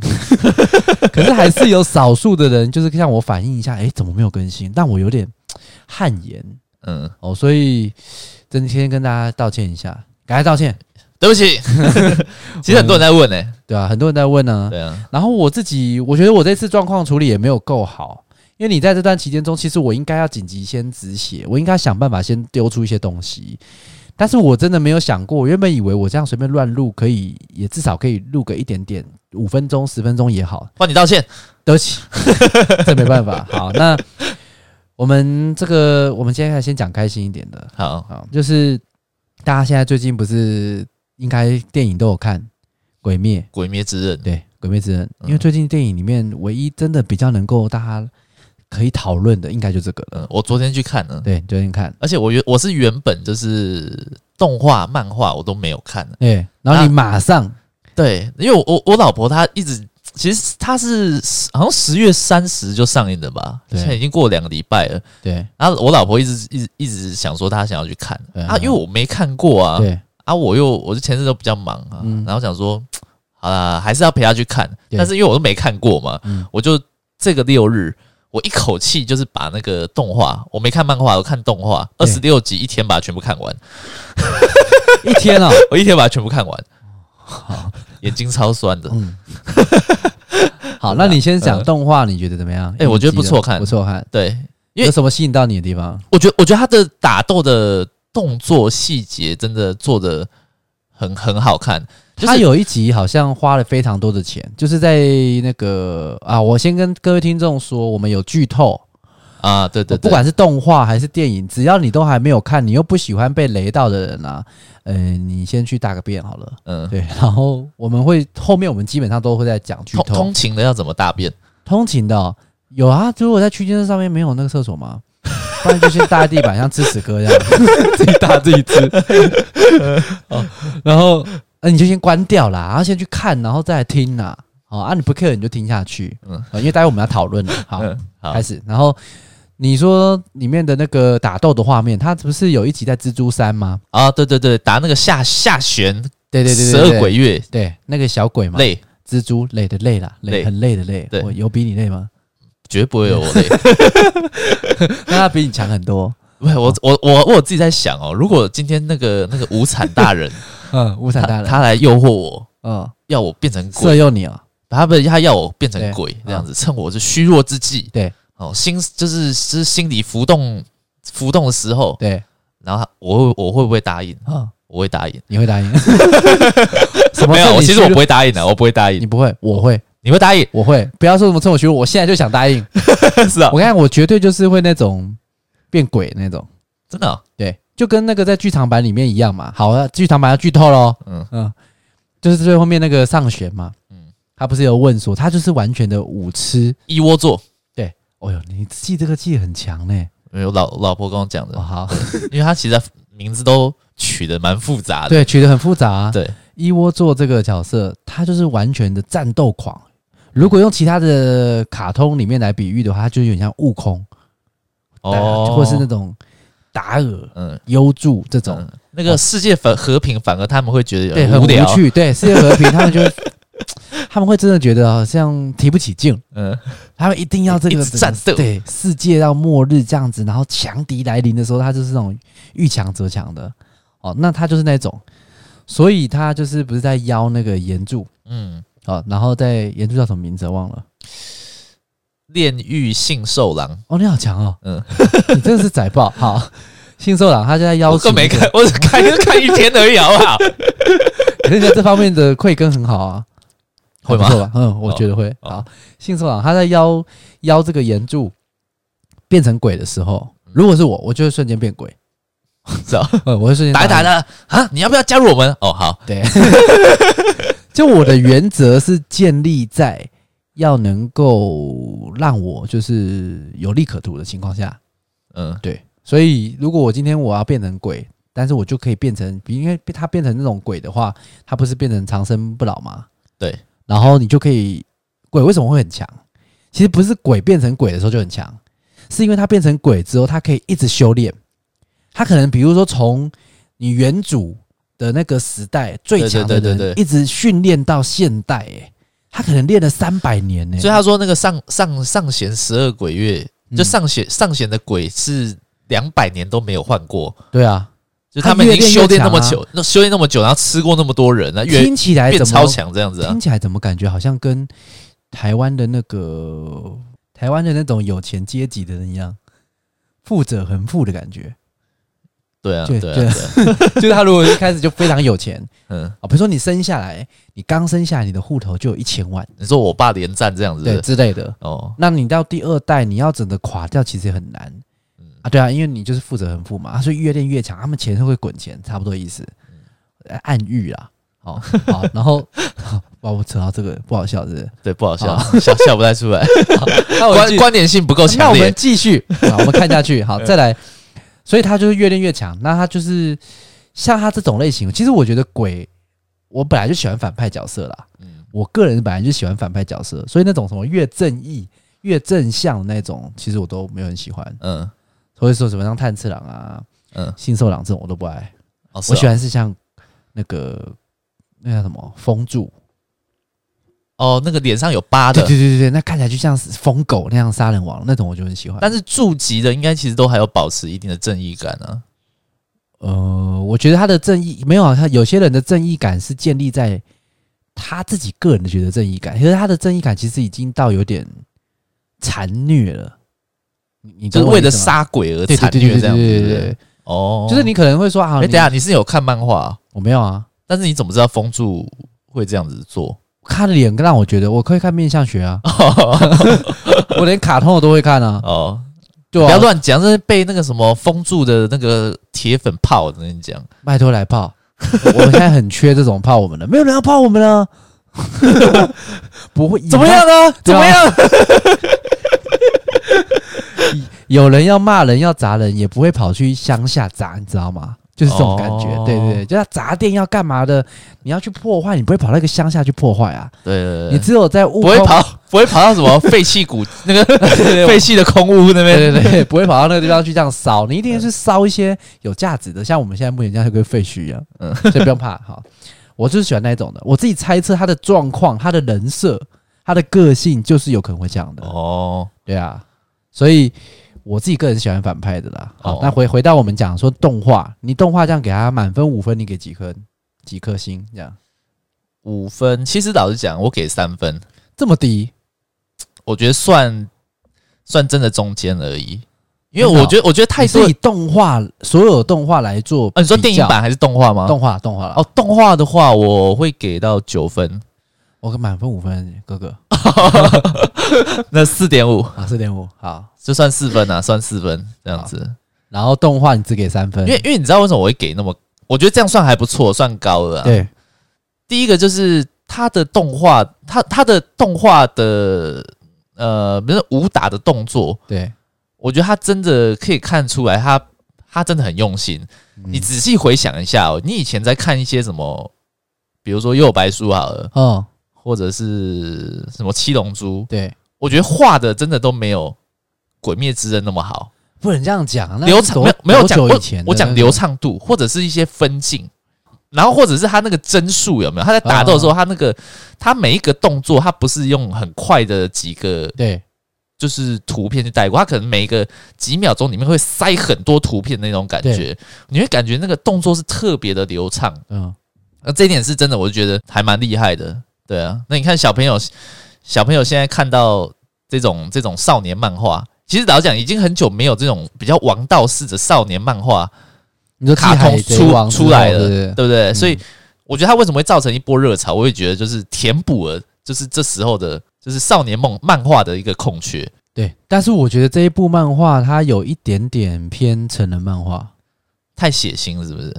[laughs] 可是还是有少数的人就是向我反映一下，诶，怎么没有更新？但我有点汗颜
嗯，
哦，所以真的先跟大家道歉一下，赶快道歉，
对不
[laughs]
起，其实很多人在问呢，
对啊，很多人在问呢、
对啊，
然后我自己，我觉得我这次状况处理也没有够好，因为你在这段期间中，其实我应该要紧急先止血，我应该想办法先丢出一些东西。但是我真的没有想过，我原本以为我这样随便乱录，可以也至少可以录个一点点，五分钟、十分钟也好。
换你道歉，
对不起，这没办法。好，那我们这个，我们今天还先讲开心一点的。
好，
好，就是大家现在最近不是应该电影都有看《鬼灭》？
《鬼灭之刃》
对，《鬼灭之刃》，
嗯
因为最近电影里面唯一真的比较能够大家可以讨论的，应该就这个了。
嗯，我昨天去看了，
对，最近看，
而且我原我是原本就是动画、漫画我都没有看的，
对，然后你马上，
对，因为我我我老婆她一直。其实她是好像十月三十就上映的吧，
对
现在已经过两个礼拜了。
对
然后我老婆一直一直一直想说她想要去看
嗯
啊，因为我没看过啊，
对，
啊，我又我就前阵都比较忙啊，
嗯
然后想说，好啦，还是要陪她去看，
对
但是因为我都没看过嘛，
嗯
我就这个六日。我一口气就是把那个动画，我没看漫画，我看动画，二
对
十六集一天把它全部看完， [laughs]
一天哦，
我一天把它全部看
[laughs]
完，眼睛超酸的。 [laughs]
嗯，好，那你先讲动画，你觉得怎么样？
嗯哎我觉得不错看
不错看，
对，因为
有什么吸引到你的地方？
我觉得我觉得他的打斗的动作细节真的做的很很好看，就是
他有一集好像花了非常多的钱，就是在那个啊，我先跟各位听众说，我们有剧透，
啊，对对对，
不管是动画还是电影，只要你都还没有看，你又不喜欢被雷到的人啊，呃，你先去大个便好了。
嗯，
对，然后我们会后面我们基本上都会在讲剧
通
透。
通勤的要怎么大便？
通勤的哦、有啊，如果在区间车上面没有那个厕
[laughs]
所吗？不然就去搭地板，像吃屎哥一样， [laughs] 自己搭自己
[laughs]
吃。哦，然后呃你就先关掉啦，然后先去看，然后再来听啦。好、啊，你不 care 你就听下去，
嗯
嗯，因为待会我们要讨论了。好，
嗯，好
开，始。然后你说里面的那个打斗的画面，它不是有一集在蜘蛛山吗？
啊，对对对，打那个下下旋，
对对对
十
对，对
二鬼月
对那个小鬼嘛，
累，
蜘蛛累的累啦，累
累
很累的累。哦
对
我有比你累吗？
绝不会有
[laughs]
我累。
那他比你强很多。
不是我我我我有自己在想哦，如果今天那个那个无产大
[laughs]
人
嗯，无产大
他
人，
他来诱惑我，
嗯，
要我变成
色
鬼，
诱你啊，
他不他要我变成
对嗯
鬼这样子，趁我是虚弱之际，
对
哦，心就是就是心理浮动浮动的时候，
对，
然后他我会我会不会答应？
嗯，
我会答应。
你会
[laughs]
答应？什么？
没有，其实我不
会，
会答应的，我不会答
你
应。
不会，我会，
你会答
[laughs]
应
我会。不要说什么趁我虚弱，我现在就想答应。
是啊
我，看我绝对就是会那种变鬼那种，
真的哦
对，就跟那个在剧场版里面一样嘛。好，那剧场版要剧透喽。
嗯
嗯嗯，就是最后面那个上弦嘛，
嗯
嗯，他不是有问说，他就是完全的舞痴。
一窝坐。
哦呦，你记这个记得很强呢、
没有老老婆跟我讲
哦，
的，
好，
[laughs] 因为他其实名字都取得蛮复杂的。
对，取得很复杂、啊。
啊对，
一窝座这个角色，他就是完全的战斗狂。如果用其他的卡通里面来比喻的话，他就有点像悟空，
哦，
啊或是那种达尔、
嗯
优助这种，
嗯那个世界反和平，反而他们会觉得
对，
有
很
无聊。
趣，对，世界和平，他们就会 [laughs] 他们会真的觉得好像提不起劲，
嗯，
他们一定要这
一
个
直战斗
对，世界到末日这样子，然后强敌来临的时候，他就是那种遇强则强的，哦，那他就是那种，所以他就是不是在邀那个岩柱，
嗯，
哦，然后在岩柱叫什么名字忘了，
炼狱性兽狼，
哦，你好强哦，
嗯
嗯， [laughs] 你真的是宰爆，好，信受党他就在邀
我
请
更
一个，
没看，我只看看一天而已，好
[laughs]
不好？
可是在这方面的慧根很好啊，
会吗
还不错吧？嗯，我
哦
觉得会。
哦
好，信受党他在邀邀这个岩柱变成鬼的时候，如果是我，我就会瞬间变鬼，
嗯是啊，
[laughs] 嗯，我会瞬间
打一打
他。
的啊，你要不要加入我们？哦，好，
对， [laughs] 就我的原则是建立在要能够让我就是有利可图的情况下，
嗯
对，所以如果我今天我要变成鬼，但是我就可以变成，因为它变成那种鬼的话，它不是变成长生不老吗？
对，
然后你就可以，鬼为什么会很强？其实不是鬼变成鬼的时候就很强，是因为它变成鬼之后，它可以一直修炼。它可能比如说从你原主的那个时代最强
对对
的
对对
人，
对
一直训练到现代、欸，他可能练了三百年欸呢、
所以他说那个上上上弦十二鬼月，就
嗯
上弦上弦的鬼是两百年都没有换过，
对啊，
就
他
他们已
越
经
练越
修炼那
强
么
啊
久，那修炼那么久，然后吃过那么多人，那越
听起来
变
哎怎
超
么
强这样子啊
听？起来怎么感觉好像跟台湾的那个台湾的那种有钱阶级的人一样，富者恒富的感觉。
对啊，对
对
啊，对
对
啊，
就是他如果一开始就非常有钱
嗯，
啊，比如说你生下来，你刚生下来，你的户头就有一千万，
你说我爸连战这样子是
对
不是，
之类的。
哦，
那你到第二代，你要整个垮掉，其实也很难。啊，对啊，因为你就是富者恒富嘛，啊所以越练越强，他们钱是会滚钱，差不多意思，呃暗喻啦。好、 [laughs] 好，然后把我扯到这个不好笑，是不是？
对，不好笑，笑笑不太出
[laughs]
来，
那我
观
继续
观点性不够
哦那
强
我
烈
们。继续， [laughs] 好，我们看下去，好，再来。所以他就是越练越强，那他就是像他这种类型，其实我觉得鬼，我本来就喜欢反派角色啦，
嗯
我个人本来就喜欢反派角色，所以那种什么越正义、越正向的那种，其实我都没有很喜欢。
嗯
所以说什么像炭次郎啊、
嗯，
新寿郎这种我都不爱，
哦，是
我
哦
喜欢是啊像那个那叫什么风柱，
哦，那个脸上有疤
对
的
对，对对，那看起来就像是疯狗那样杀人王那种，我就很喜欢。
但是住籍的应该其实都还有保持一定的正义感啊。
呃，我觉得他的正义没有啊，他有些人的正义感是建立在他自己个人的觉得正义感，可是他的正义感其实已经到有点残虐了。你你
就是
懂我
为了
意思吗
杀鬼而
对
惨
对对
虐这
对对
样子，
对
对
对
不对
对，
哦，
就是你可能会说啊，
哎，
你
等一下你是有看漫画啊，
我没有啊，
但是你怎么知道风柱会这样子做？ [laughs]
他的脸让我觉得我可以看面相学啊， [laughs] 我连卡通我都会看啊，
哦，
对
不
啊，
要，乱讲，这是被那个什么风柱的那个铁粉泡，我跟你讲，
拜托来泡，我们现在很缺这种泡我们的，没有人要泡我们了，不会
怎么样呢？怎
对啊
么样？
[laughs] 有人要骂人要砸人，也不会跑去乡下砸，你知道吗？就是这种感觉，
哦
对对对，就要砸店要干嘛的？你要去破坏，你不会跑到一个乡下去破坏啊！
对对对，
你只有在
不
悟空
会，跑， [laughs] 不会跑到什么废弃谷那个 [laughs] 废弃的空屋那边。
[laughs] 对对对，不会跑到那个地方去这样烧，你一定是烧一些有价值的，像我们现在目前这样就跟废墟一样，
嗯
嗯，所以不用怕。好，我就是喜欢那一种的，我自己猜测他的状况，他的人设，他他的个性就是有可能会这样的，
哦，
对啊，所以我自己个人喜欢反派的啦。好，
哦
那回回到我们讲说动画，你动画这样给他满分五分，你给几颗几颗星？这样
五分。其实老实讲，我给三分，
这么低？
我觉得算算真的中间而已，因为
真的哦
我觉得我觉得太
你
多
是以。动画所有动画来做比较、
啊，你说电影版还是动画吗？
动画动画啦
哦，动画的话，我会给到九
[laughs]
分，
我给满分五分，
[laughs]
哥哥
那四点五
啊四点五好。
就算四分啊，算四分这样子。
然后动画你只给三分，
因为因为你知道为什么我会给那么？我觉得这样算还不错，算高了、啊。，
对
第一个就是它的动画，它它的动画的呃，不是武打的动作，
对，
我觉得他真的可以看出来他，他真的很用心。你
嗯
仔细回想一下、哦，你以前在看一些什么，比如说《右白书》好了，
哦
或者是什么《七龙珠》，
对，
我觉得画的真的都没有《鬼灭之刃》那么好，
不能这样讲，那
流
是
畅
多
没有没有
多
讲
久
我
以前的
我讲
那
流
个
畅度，或者是一些分镜，然后或者是他那个帧数有没有？他在打斗的时
嗯
候，他那个他每一个动作，他不是用很快的几个
对
就是图片去带过，他可能每个几秒钟里面会塞很多图片的那种感觉，你会感觉那个动作是特别的流畅。
嗯
那这一点是真的，我就觉得还蛮厉害的。对啊，那你看小朋友，小朋友现在看到这种这种少年漫画，其实老实讲已经很久没有这种比较王道式的少年漫画
你说
卡
继海
通
贼王
出
之后
出来了，
对对嗯对
对不对？所以我觉得它为什么会造成一波热潮，我也觉得就是填补了，就是这时候的，就是少年梦漫画的一个空缺。
对，但是我觉得这一部漫画它有一点点偏成人漫画，
太血腥了，是不是？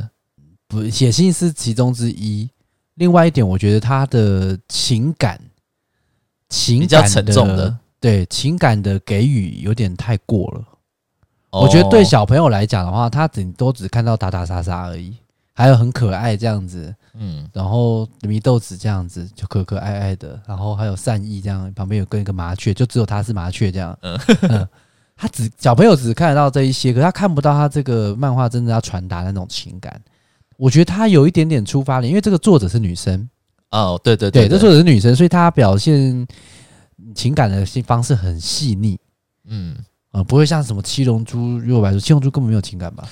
不写信是其中之一，另外一点我觉得它的情感情
比较
感
沉重的，
对情感的给予有点太过了。
哦
我觉得对小朋友来讲的话，他顶多只看到打打杀杀而已，还有很可爱这样子，
嗯
然后祢豆子这样子就可可爱爱的，然后还有善意这样，旁边有跟一个麻雀，就只有他是麻雀这样。
嗯
嗯，他只小朋友只看得到这一些，可他看不到他这个漫画真的要传达的那种情感。我觉得他有一点点出发点，因为这个作者是女生，
哦，对对
对，
对，
这作者是女生，所以她表现情感的方式很细腻。
嗯，
呃，不会像什么七龙珠，如果来说，七龙珠根本没有情感吧？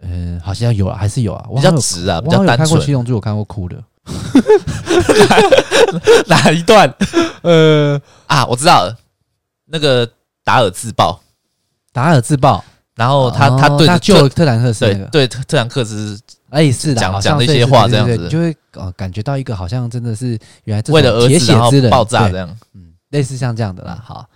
嗯，好像有啊，还是有啊，我
比
好
较
像有
直啊，比
我好
较
像有
单
看过七
纯。
龙珠，有看过哭的，
[laughs] 哪一
[laughs]
段？呃啊，我知道了，那个达尔自爆，
达尔自爆，
然后他
哦
他对
他
着
救了特兰克斯
对
那个，
对特特兰克斯
哎是的，
讲
好
讲
像
了一
对
些
对
话
对
这样
对
子
你就会呃感觉到一个好像真的是原来这
为了
种
儿
铁
子
血
然后
之人
爆炸
对
这样，
嗯，类似像这样的啦，好。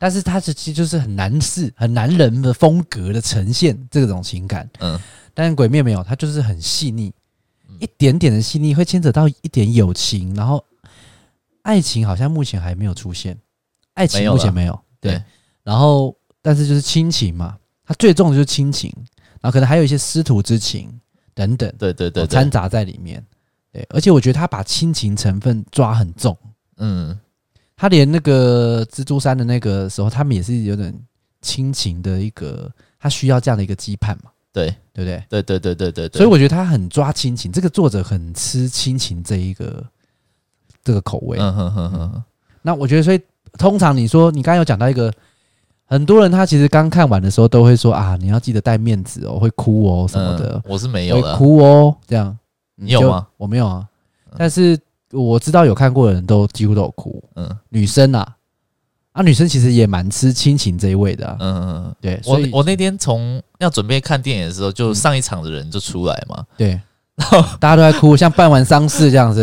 但是他是其实就是很男士、很男人的风格的呈现这种情感，
嗯，
但是鬼灭没有，它就是很细腻，一点点的细腻会牵扯到一点友情，然后爱情好像目前还没有出现，爱
没
情
有
目前
了
没有，对。
对
然后但是就是亲情嘛，它最重的就是亲情，然后可能还有一些师徒之情等等，
对对对
掺
对，
杂在里面。对，而且我觉得他把亲情成分抓很重。
嗯，
他连那个蜘蛛山的那个时候，他们也是有点亲情的一个，他需要这样的一个羁绊嘛，
对
对不对？
对对对对对对，
所以我觉得他很抓亲情，这个作者很吃亲情这一个这个口味。
嗯哼哼哼，
那我觉得，所以通常你说你刚刚有讲到一个，很多人他其实刚看完的时候都会说啊，你要记得戴面子哦，会哭哦什么的
嗯，，我是没有
会
了，
哭哦这样。
你有
就
吗？
我没有啊，但是我知道有看过的人都几乎都有哭，
嗯
女生啊，啊，女生其实也蛮吃亲情这一味的、啊，
嗯嗯，嗯
对，
我
所以
我那天从要准备看电影的时候，就
嗯
上一场的人就出来嘛， [laughs]
对，大家都在哭，像办完丧事这样子，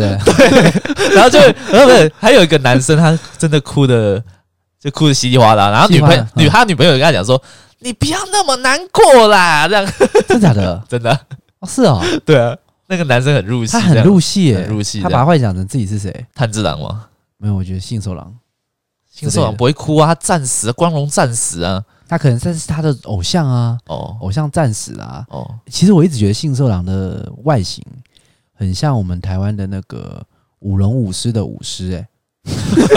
[laughs]
嗯
然后就呃不是，还有一个男生，他真的哭的就哭的稀里哗啦。然后女朋友
稀里哗啦嗯
女他女朋友跟他讲说：“你不要那么难过啦。”这样
真假的？
真的
哦，是哦，
[laughs] 对啊，那个男生很入戏，
他
这
很
样
入戏耶、
很入戏
他
这样
把坏讲成自己是谁？
炭治郎嘛，
没有，我觉得信受郎，
新手郎不会哭啊，他战死啊，光荣战死啊。
他可能算是他的偶像啊，
哦
偶像战士啊。
哦，
其实我一直觉得信受郎的外形很像我们台湾的那个舞龙舞狮的舞狮、欸，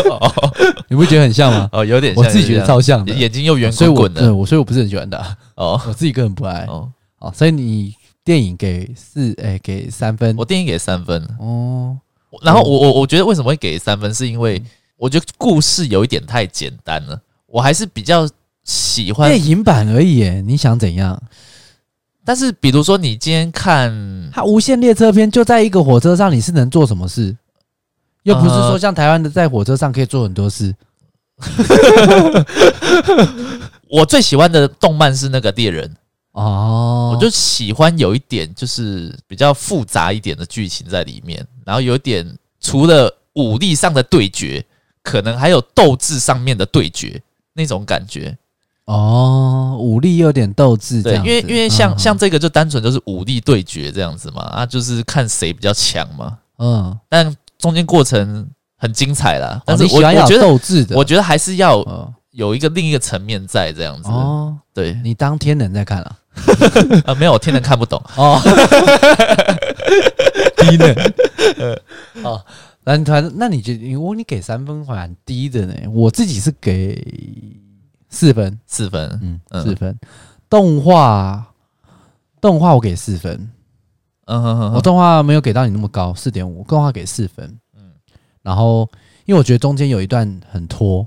哦？
[laughs] 你不觉得很像吗
[laughs] 哦，有点像
我自己觉得超像
有
的
点，眼睛又圆
所以
滚
我
滚
对
的。
我所以我不是很喜欢他，
哦
我自己个人不爱。
哦，
哦，所以你电影给四，哎、给三分
我。电影给三分，
哦，
嗯然后我我我觉得为什么会给三分，是因为我觉得故事有一点太简单了，我还是比较喜欢
电影版而已耶，你想怎样？
但是比如说你今天看，
它无限列车篇就在一个火车上，你是能做什么事？又不是说
呃
像台湾的在火车上可以做很多事。
我最喜欢的动漫是那个猎人，
哦，
我就喜欢有一点就是比较复杂一点的剧情在里面，然后有一点除了武力上的对决，可能还有斗志上面的对决那种感觉。
哦，武力有点斗志这
对，
样
因
子，
为因为像、
嗯
像这个就单纯就是武力对决这样子嘛，啊，就是看谁比较强嘛。
嗯，
但中间过程很精彩啦，但是
哦你
我、
喜欢
我
要
觉
有
得
斗志的，
我觉得还是要
嗯
有一个另一个层面在这样子。
哦，
对，
你当天人在看啊？
啊，没有，我天然看不懂。 [laughs]
哦，低能，哦。那你团，那你觉得你我你给三分还低的呢？我自己是给四分，
四分，
嗯，
嗯
四分。动画，动画我给四分，
嗯哼哼
我
哼，
动画没有给到你那么高，四点五，动画给四分。嗯，然后因为我觉得中间有一段很拖，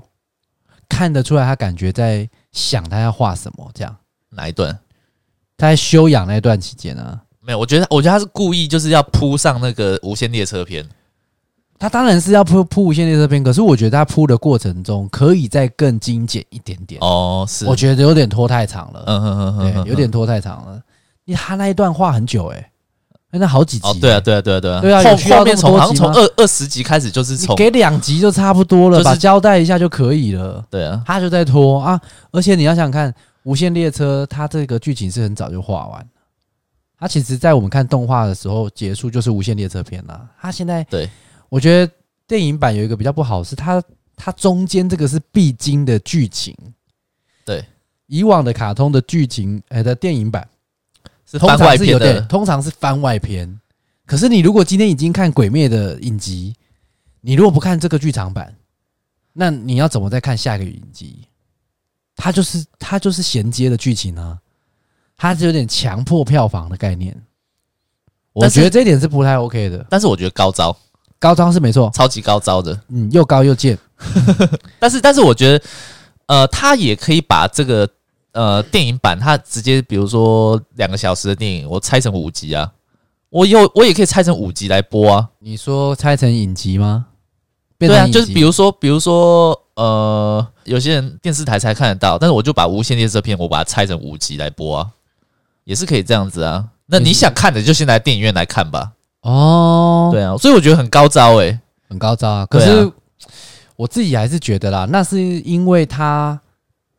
看得出来他感觉在想他要画什么，这样
哪一段？
他在修养那段期间啊，
没有，我觉得我觉得他是故意就是要铺上那个无线列车篇。
他当然是要铺铺无线列车篇，可是我觉得他铺的过程中可以再更精简一点点，
哦，是，
我觉得有点拖太长了，
嗯哼哼哼哼，
对，有点拖太长了。因为他那一段话很久、欸，哎，那好几集、
哦，对啊，对啊，对啊，对啊，
对啊有需
后
要
后面
这
从
么多
好像
集
从
吗
二二十集开始就是
你
从
给两集就差不多了，
就是
把交代一下就可以了。
对啊，
他就在拖啊，而且你要想看《无限列车》，它这个剧情是很早就画完了。它其实，在我们看动画的时候结束就是《无限列车》篇啦。它现在
对，
我觉得电影版有一个比较不好是它，它中间这个是必经的剧情。
对，
以往的卡通的剧情，哎、的电影版
是
通
番
常
外
是有
篇的，
对，通常是番外篇。可是你如果今天已经看《鬼灭》的影集，你如果不看这个剧场版，那你要怎么再看下一个影集？它就是它就是衔接的剧情啊，它是有点强迫票房的概念。我
但是
觉得这一点是不太 OK 的。
但是我觉得高招，
高招是没错，
超级高招的。
嗯，又高又贱，
但是，但是我觉得，呃，他也可以把这个呃电影版，他直接比如说两个小时的电影，我拆成五集啊，我有我也可以拆成五集来播啊。
你说拆成影集吗？变
对
成
啊，
影
就是
集
比如说，比如说，呃，有些人电视台才看得到，但是我就把无线列车片，我把它拆成五集来播啊，也是可以这样子啊。那
也
你
是
想看的就先来电影院来看吧。
哦，
对啊，所以我觉得很高招欸诶、
很高招啊。可
对
是
啊
我自己还是觉得啦，那是因为他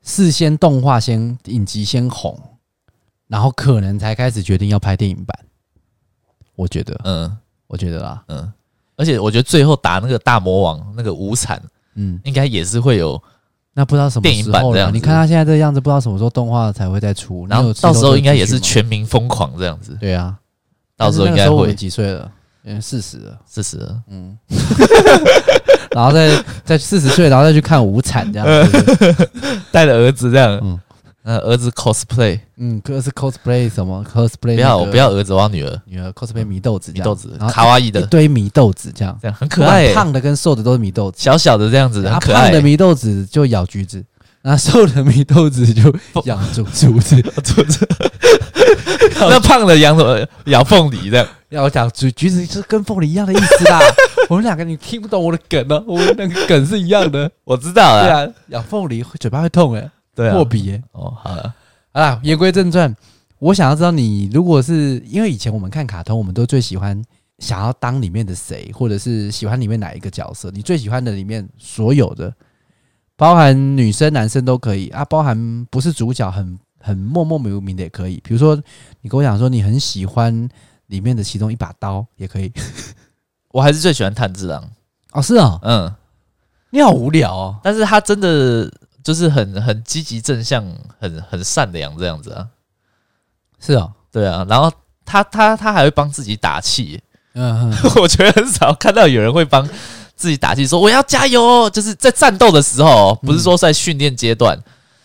事先动画先影集先红，然后可能才开始决定要拍电影版。我觉得，
嗯
我觉得啦，
嗯，而且我觉得最后打那个大魔王那个无惨，
嗯，
应该也是会有，
那不知道什么
电影
时
版
候
这
了。
样子
你看他现在这个样子，不知道什么时候动画才会再出。
然
你
后
有吃
到时候
这
应该
个
也
资
是
讯吗
全民疯狂这样子，
对啊，
到时候
但
应
是那个
该
我们
会
几岁了？嗯，四十了，
四十了。
嗯。然后再 [laughs] 再四十岁，然后再去看无产这样子，
呃
对不对
带着儿子这样，
嗯
嗯，呃，儿子 cosplay，
嗯，可是 cosplay 什么 cosplay
不要
那个
我不要儿子，我要女儿，
女儿 cosplay 迷豆子这
米
样，
豆子
然，后
卡哇伊
一
的，
堆迷豆子这样，
这样很可爱、
不管
欸，
胖的跟瘦的都是迷豆子，
小小的这样子，
啊
很可
胖
爱、
的
欸。
迷豆子就咬橘子，然后瘦的迷豆子就 [laughs] 咬竹
[laughs]
竹子，
那胖的养什么？养凤梨这样。
要讲橘橘子是跟凤梨一样的意思
[laughs]
啦。我们两个你听不懂我的梗呢、我们两个梗是一样的。
我知道
对
了，
啊，咬凤梨会嘴巴会痛哎、
呃对啊
破，皮哎、
哦，好了，
好啦，言归正传，我想要知道你如果是因为以前我们看卡通，我们都最喜欢想要当里面的谁，或者是喜欢里面哪一个角色，你最喜欢的里面所有的，包含女生男生都可以啊，包含不是主角很很默默无名的也可以。比如说你跟我讲说你很喜欢里面的其中一把刀也可以
我还是最喜欢炭治郎，
哦，是哦，
嗯，
你好无聊哦，
但是他真的就是很很积极正向，很很善良这样子啊，
是哦，
对啊，然后他他他还会帮自己打气， [laughs]
嗯，嗯
我觉得很少看到有人会帮自己打气，说我要加油哦，就是在战斗的时候哦，不是说在训练阶
嗯
段，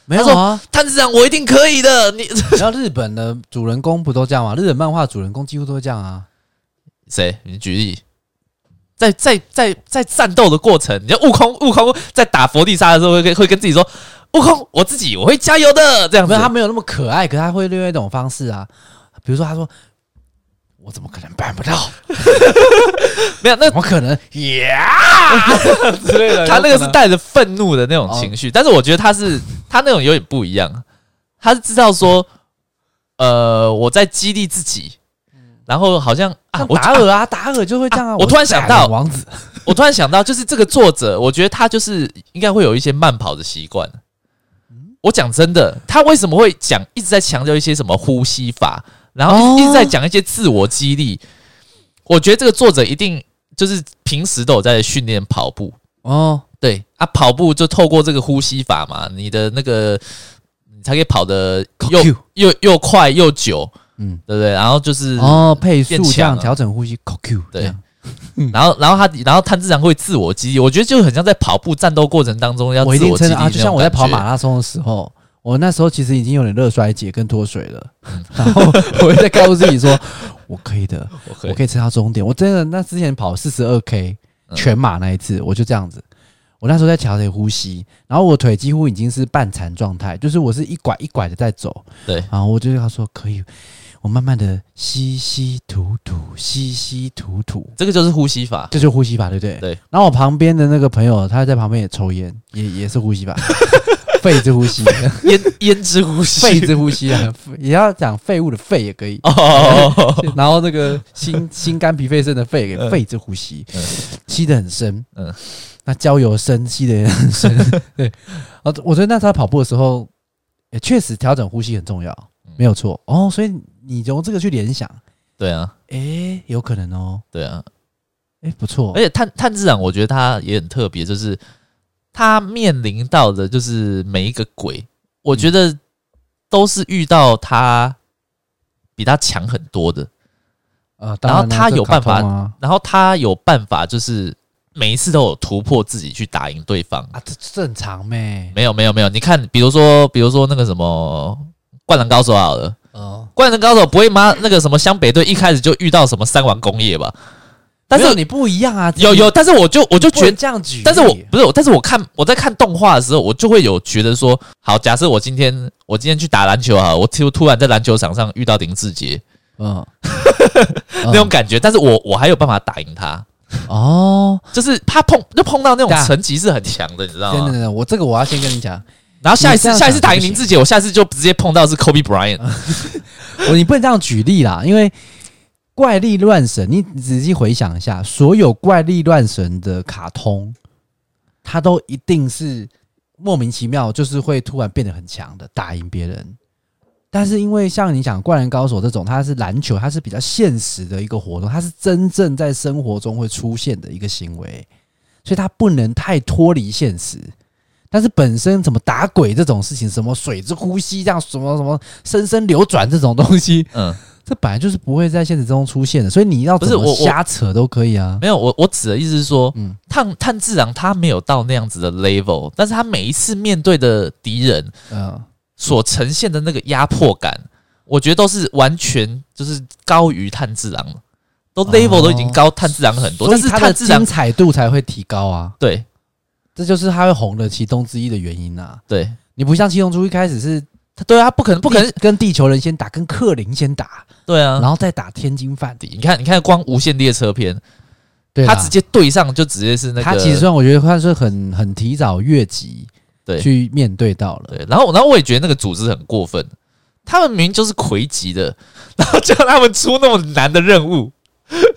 没有啊，
炭治郎我一定可以的，你
然后日本的主人公不都这样吗？日本漫画主人公几乎都是这样啊。
谁？你举例，在在在在战斗的过程，你看悟空悟空在打佛地沙的时候会跟会跟自己说，悟空我自己我会加油的这样
没
子
有，。他没有那么可爱，可是他会另外一种方式啊，比如说他说。我怎么可能办不到？
没有那
怎么可能？ [laughs] 之类的
他那个
有可
是
能
带着愤怒的那种情绪，但是我觉得他是他那种有点不一样，他是知道说，呃，我在激励自己，然后好像啊
像，
我
达尔啊，达尔就会这样
啊
啊。
我突然
是
想
达尔
到
王子，
我突然想到，就是这个作者，我觉得他就是应该会有一些慢跑的习惯。我讲真的，他为什么会讲一直在强调一些什么呼吸法，然后一直
哦
一直在讲一些自我激励？我觉得这个作者一定就是平时都有在训练跑步，
哦，
对啊，跑步就透过这个呼吸法嘛，你的那个你才可以跑得又
Q
又又快又久，
嗯，
对不对？然后就是
哦，配速
变强
这样
了
调整呼吸，QQ
对然后，然后他，然后炭治郎会自我激励，我觉得就很像在跑步战斗过程当中要
我一
自
定
激
撑
励
啊！就像我在跑马
拉，
拉松的时候，我那时候其实已经有点热衰竭跟脱水
[laughs]
了，然后我会在告诉自己说， [laughs] 我可以的，
我可
我
以
可以撑到终点。我真的那之前跑四十二 K
嗯
全马那一次，我就这样子。我那时候在调整呼吸，然后我腿几乎已经是半残状态，就是我是一拐一拐的在走。
对
然后我就跟他说可以，我慢慢的吸吸吐吐，吸吸吐吐，
这个就是呼吸法，
[laughs] 这就呼吸法，对不对？
对。
然后我旁边的那个朋友，他在旁边也抽烟，也也是呼吸法， [laughs] 肺之呼
[laughs]
吸，
咽咽之呼吸，
肺之呼吸啊，也要讲废物的肺也可以。
哦， [laughs]
然后那个心心肝脾肺肾的肺给
嗯
肺之呼吸
嗯，
吸得很深。嗯
嗯，
那焦油深吸得也很深。
[laughs]
对，啊，我觉得那他跑步的时候，也确实调整呼吸很重要，
嗯
没有错。哦，所以你从这个去联想，
[laughs] 对啊，
诶，有可能哦，
对啊，
诶，不错
而。且炭炭治郎，我觉得他也很特别，就是他面临到的就是每一个鬼，我觉得
嗯
都是遇到他比他强很多的，
呃，
然后
当啊
他
这
有
卡
办法
通啊
然后他有办法，就是每一次都有突破自己去打赢对方。
啊，这正常咩？
没有没有没有，你看，比如说比如说那个什么《灌篮高手》好了，《
哦，
灌篮高手》不会吗？那个什么湘北队一开始就遇到什么三王工业吧？但
没有
是
你不一样啊，
有有，但是我就我就
不
觉
能
得，
这样举例，
但是我不是我，但是我看我在看动画的时候，我就会有觉得说，好，假设我今天我今天去打篮球啊，我突突然在篮球场上遇到林志杰、
嗯
[laughs] 那种感觉，但是我我还有办法打赢他，
哦，
就是他碰就碰到那
对啊
种层级是很强的，你知道
等等
吗？
等，我这个我要先跟你讲， [laughs]
然后下一
你这
次
样
下一
讲
次打赢
对不
林
起
志杰，我下次就直接碰到是 Kobe Bryant，
我你不能这样举例啦，因为怪力乱神，你仔细回想一下，所有怪力乱神的卡通，它都一定是莫名其妙，就是会突然变得很强的，打赢别人。但是因为像你讲《灌篮高手》这种，它是篮球，它是比较现实的一个活动，它是真正在生活中会出现的一个行为，所以它不能太脱离现实。但是本身什么打鬼这种事情，什么水之呼吸这样，什么什么深深流转这种东西，
嗯。
这本来就是不会在现实中出现的，所以你要
不
怎
是
么
我我
瞎扯都可以啊。
没有，我我指的意思是说，
嗯
炭炭治郎他没有到那样子的 level，但是他每一次面对的敌人
嗯，
所呈现的那个压迫感，我觉得都是完全就是高于炭治郎了，都 level 都已经高炭治郎很多，
哦所
但
以
是
它的
炭治郎
精彩度才会提高啊，
对
这就是它会红的其中之一的原因啊。
对，
你不像七龙珠一开始是
他对啊，不可能不可能
地跟地球人先打，跟克林先打，
对啊，
然后再打天津饭。
你看你看光无限列车篇，
对啦
他直接对上就直接是那个，
他其实让我觉得算是很很提早越级
对
去面对到了。
对，然后然后我也觉得那个组织很过分，他们明明就是魁级的，然后叫他们出那么难的任务。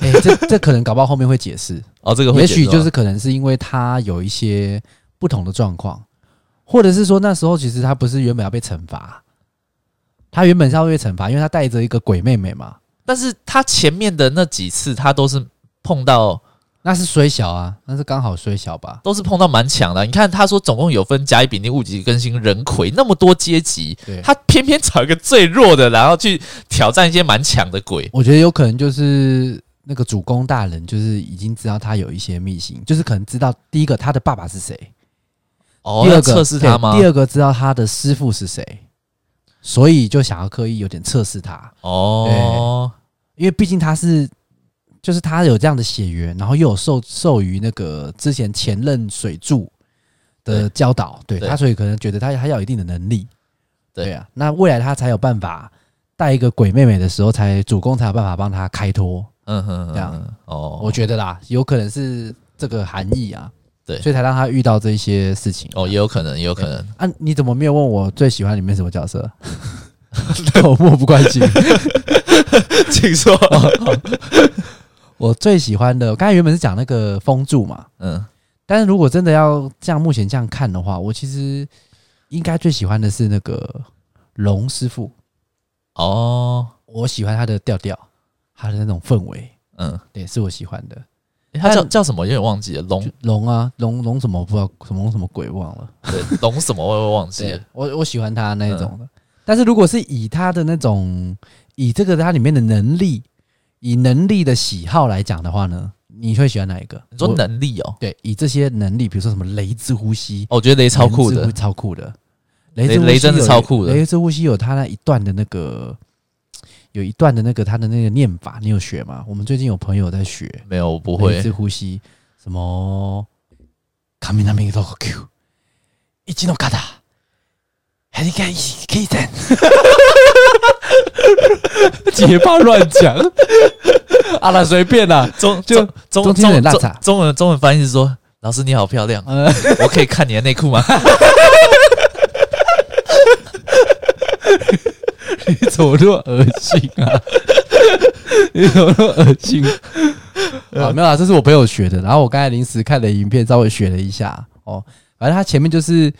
哎、这这可能搞不好后面会解释。
哦，这个会
也
解
许
吗
就是可能是因为他有一些不同的状况，或者是说那时候其实他不是原本要被惩罚，他原本是要被惩罚，因为他带着一个鬼妹妹嘛，
但是他前面的那几次，他都是碰到
那是虽小啊，那是刚好虽小吧。
都是碰到蛮强的。你看他说总共有分甲乙丙丁戊己庚辛壬癸那么多阶级，
对，
他偏偏找一个最弱的，然后去挑战一些蛮强的鬼。
我觉得有可能就是那个主公大人就是已经知道他有一些秘辛，就是可能知道第一个他的爸爸是谁，
哦，
第二
要
个
测试他
对
吗？
第二个知道他的师傅是谁，所以就想要刻意有点测试他。
哦，
因为毕竟他是就是他有这样的血缘，然后又有受受于那个之前前任水柱的
对
教导，对
对
他，所以可能觉得他他要有一定的能力，
对
啊，那未来他才有办法带一个鬼妹妹的时候，才主公才有办法帮他开脱，
嗯哼，嗯
这样
嗯哦，
我觉得啦，有可能是这个含义啊，
对
所以才让他遇到这些事情
哦也有可能，也有可能，
啊。你怎么没有问我最喜欢里面什么
[laughs]
角色？我漠不关心。 [laughs]
请说。
我最喜欢的，我刚才原本是讲那个风柱嘛，
[laughs] 嗯，
但是如果真的要像目前这样看的话，我其实应该最喜欢的是那个龙师傅，
哦，
我喜欢他的调调，他的那种氛围，
嗯，
对，是我喜欢的。
诶他叫
但
叫什么？有点忘记了，龙
就龙啊，龙龙什么不知道什么龙什么鬼忘了，
对龙什么？我也忘记
对
了。
我我喜欢他那一种的。但是如果是以他的那种，以这个它里面的能力，以能力的喜好来讲的话呢，你会喜欢哪一个？
你说
我
能力哦，
对，以这些能力，比如说什么雷之呼吸，
哦我觉得雷超酷
雷之
的
呼，超酷的，
雷
之呼吸
雷真的
有
超酷的
雷之呼吸有他那一段的那个，有一段的那个他的那个念法，你有学吗？我们最近有朋友在学
没有我不
雷
会
之。呼吸，什么卡米纳米多 Q，一击诺卡达，还应该一起可
[laughs]
以等，结巴乱
[laughs]
讲，啊啦随便啦，
中
[laughs] 就
中
中
中
间有点
中
落差
中中文中文翻译是说：“老师你好漂亮，
[laughs] 呃，
我可以看你的内裤
[laughs]
吗
[laughs] 你怎么那么恶心啊？你怎么那么恶
[laughs]
心？啊，没有啊，这是我朋友学的。然后我刚才临时看了影片，稍微学了一下哦。反正他前面就是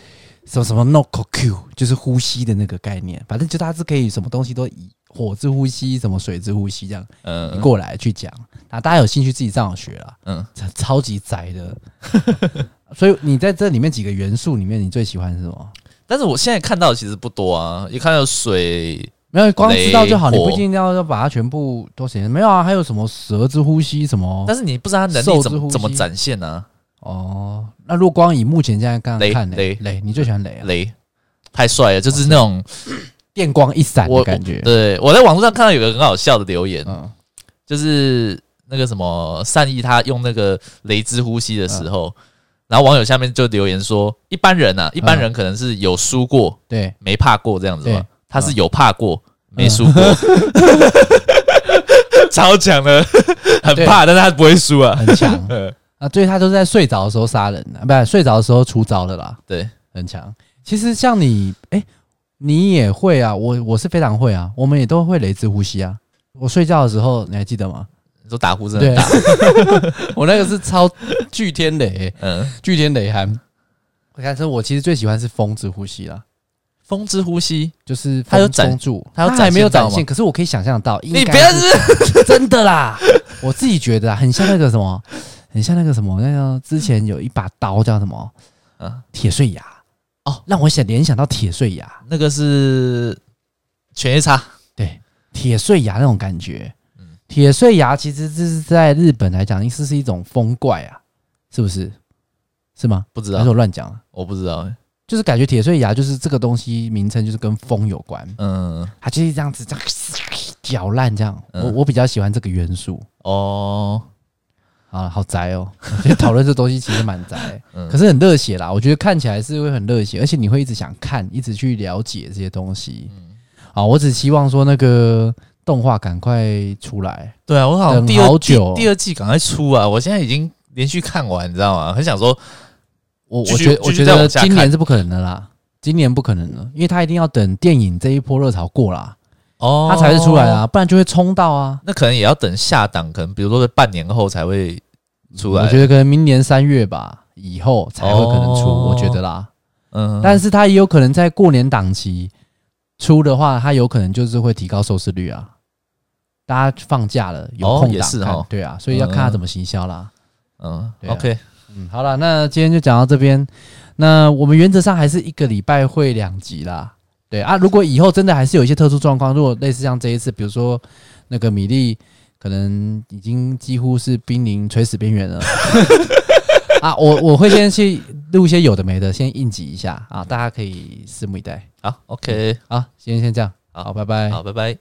什么什么 no q，就是呼吸的那个概念。反正就它是可以什么东西都以火之呼吸，什么水之呼吸这样？”
嗯，
过来去讲。那大家有兴趣自己上网学啦，
嗯，
超超级宅的。 [laughs] 所以你在这里面几个元素里面，你最喜欢是什么？
但是我现在看到的其实不多啊，也看到水，
没有，光知道就好，你
雷
不
火
一定要要把它全部都写。没有啊，还有什么蛇之呼吸什么
但？是你不知道他能
受
力
之
怎
呼
么
吸
怎么展现啊呢、
哦，那如果光以目前现在刚刚
雷
看呢
雷
雷，你最喜欢雷啊？
雷太帅了，
哦
就是那种
电光一闪
我
的
我
感觉。
对我在网络上看到有个很好笑的留言，
嗯，
就是那个什么善意他用那个雷之呼吸的时
嗯
候，然后网友下面就留言说，一般人啊，一般人可能是有输过
对，
没怕过这样子嘛
对，嗯
他是有怕过没输过， [laughs] 超强的，很
对
怕，但是他不会输啊。
很
[laughs]
强啊！对他都是在睡着的时候杀人的，不是睡着的时候出招的啦，
对，
很强。其实像你，哎、你也会啊，我我是非常会啊，我们也都会雷之呼吸啊。我睡觉的时候，你还记得吗？
你说打呼真的
对
很大，，
[laughs] 我那个是超巨天雷欸、
嗯，
巨天雷寒。但是我其实最喜欢是风之呼吸啦，
风之呼吸，
就是
它有
风
展
风柱，
它有
还没有
展现到
展现，可是我可以想象到，
你
应
不
该
要
是
是
真的啦， [laughs] 我自己觉得啊很像那个什么，很像那个什么，那个之前有一把刀叫什么
啊，
铁碎牙嗯哦，让我想联想到铁碎牙，
那个是犬夜叉，
对，铁碎牙那种感觉
嗯。
铁碎牙其实这是在日本来讲，是是一种风怪啊，是不是？是吗？
不知
还是
道，
我乱讲了？
我不知道，欸
就是感觉铁碎牙就是这个东西名称就是跟风有关，
嗯，
它就是这样子这样搅烂这样。
嗯
我我比较喜欢这个元素
哦，
啊，好
[laughs]
宅哦！我觉得讨论这东西其实蛮宅，
嗯
可是很热血啦。我觉得看起来是会很热血，而且你会一直想看，一直去了解这些东西。
嗯
啊，我只希望说那个动画赶快出来。
对啊，我好像
等
第二
好
季
久哦
第二季赶快出啊！我现在已经连续看完，你知道吗？很想说，
我我
继续
觉得
继
我
续
觉
再
得
往下
今年
看
是不可能的啦，今年不可能的，因为他一定要等电影这一波热潮过啦，
哦，
他才会出来啊，。不然就会冲到啊。
那可能也要等下档，可能比如说半年后才会出来。
嗯我觉得可能明年三月吧以后才会可能出，
哦
我觉得啦。
嗯，
但是它也有可能在过年档期出的话，它有可能就是会提高收视率啊。大家放假了，有
哦
空档
也是
看
哦
对啊，所以要看它
嗯
怎么行销啦。
嗯
对啊
，OK，
嗯，好了，那今天就讲到这边。那我们原则上还是一个礼拜会两集啦。对啊，如果以后真的还是有一些特殊状况，如果类似像这一次，比如说那个米粒可能已经几乎是濒临垂死边缘了啊，我我会先去录一些有的没的，先应急一下啊，大家可以拭目以待。
好，OK，
好，今天先这样，
好
拜拜，
好，拜拜。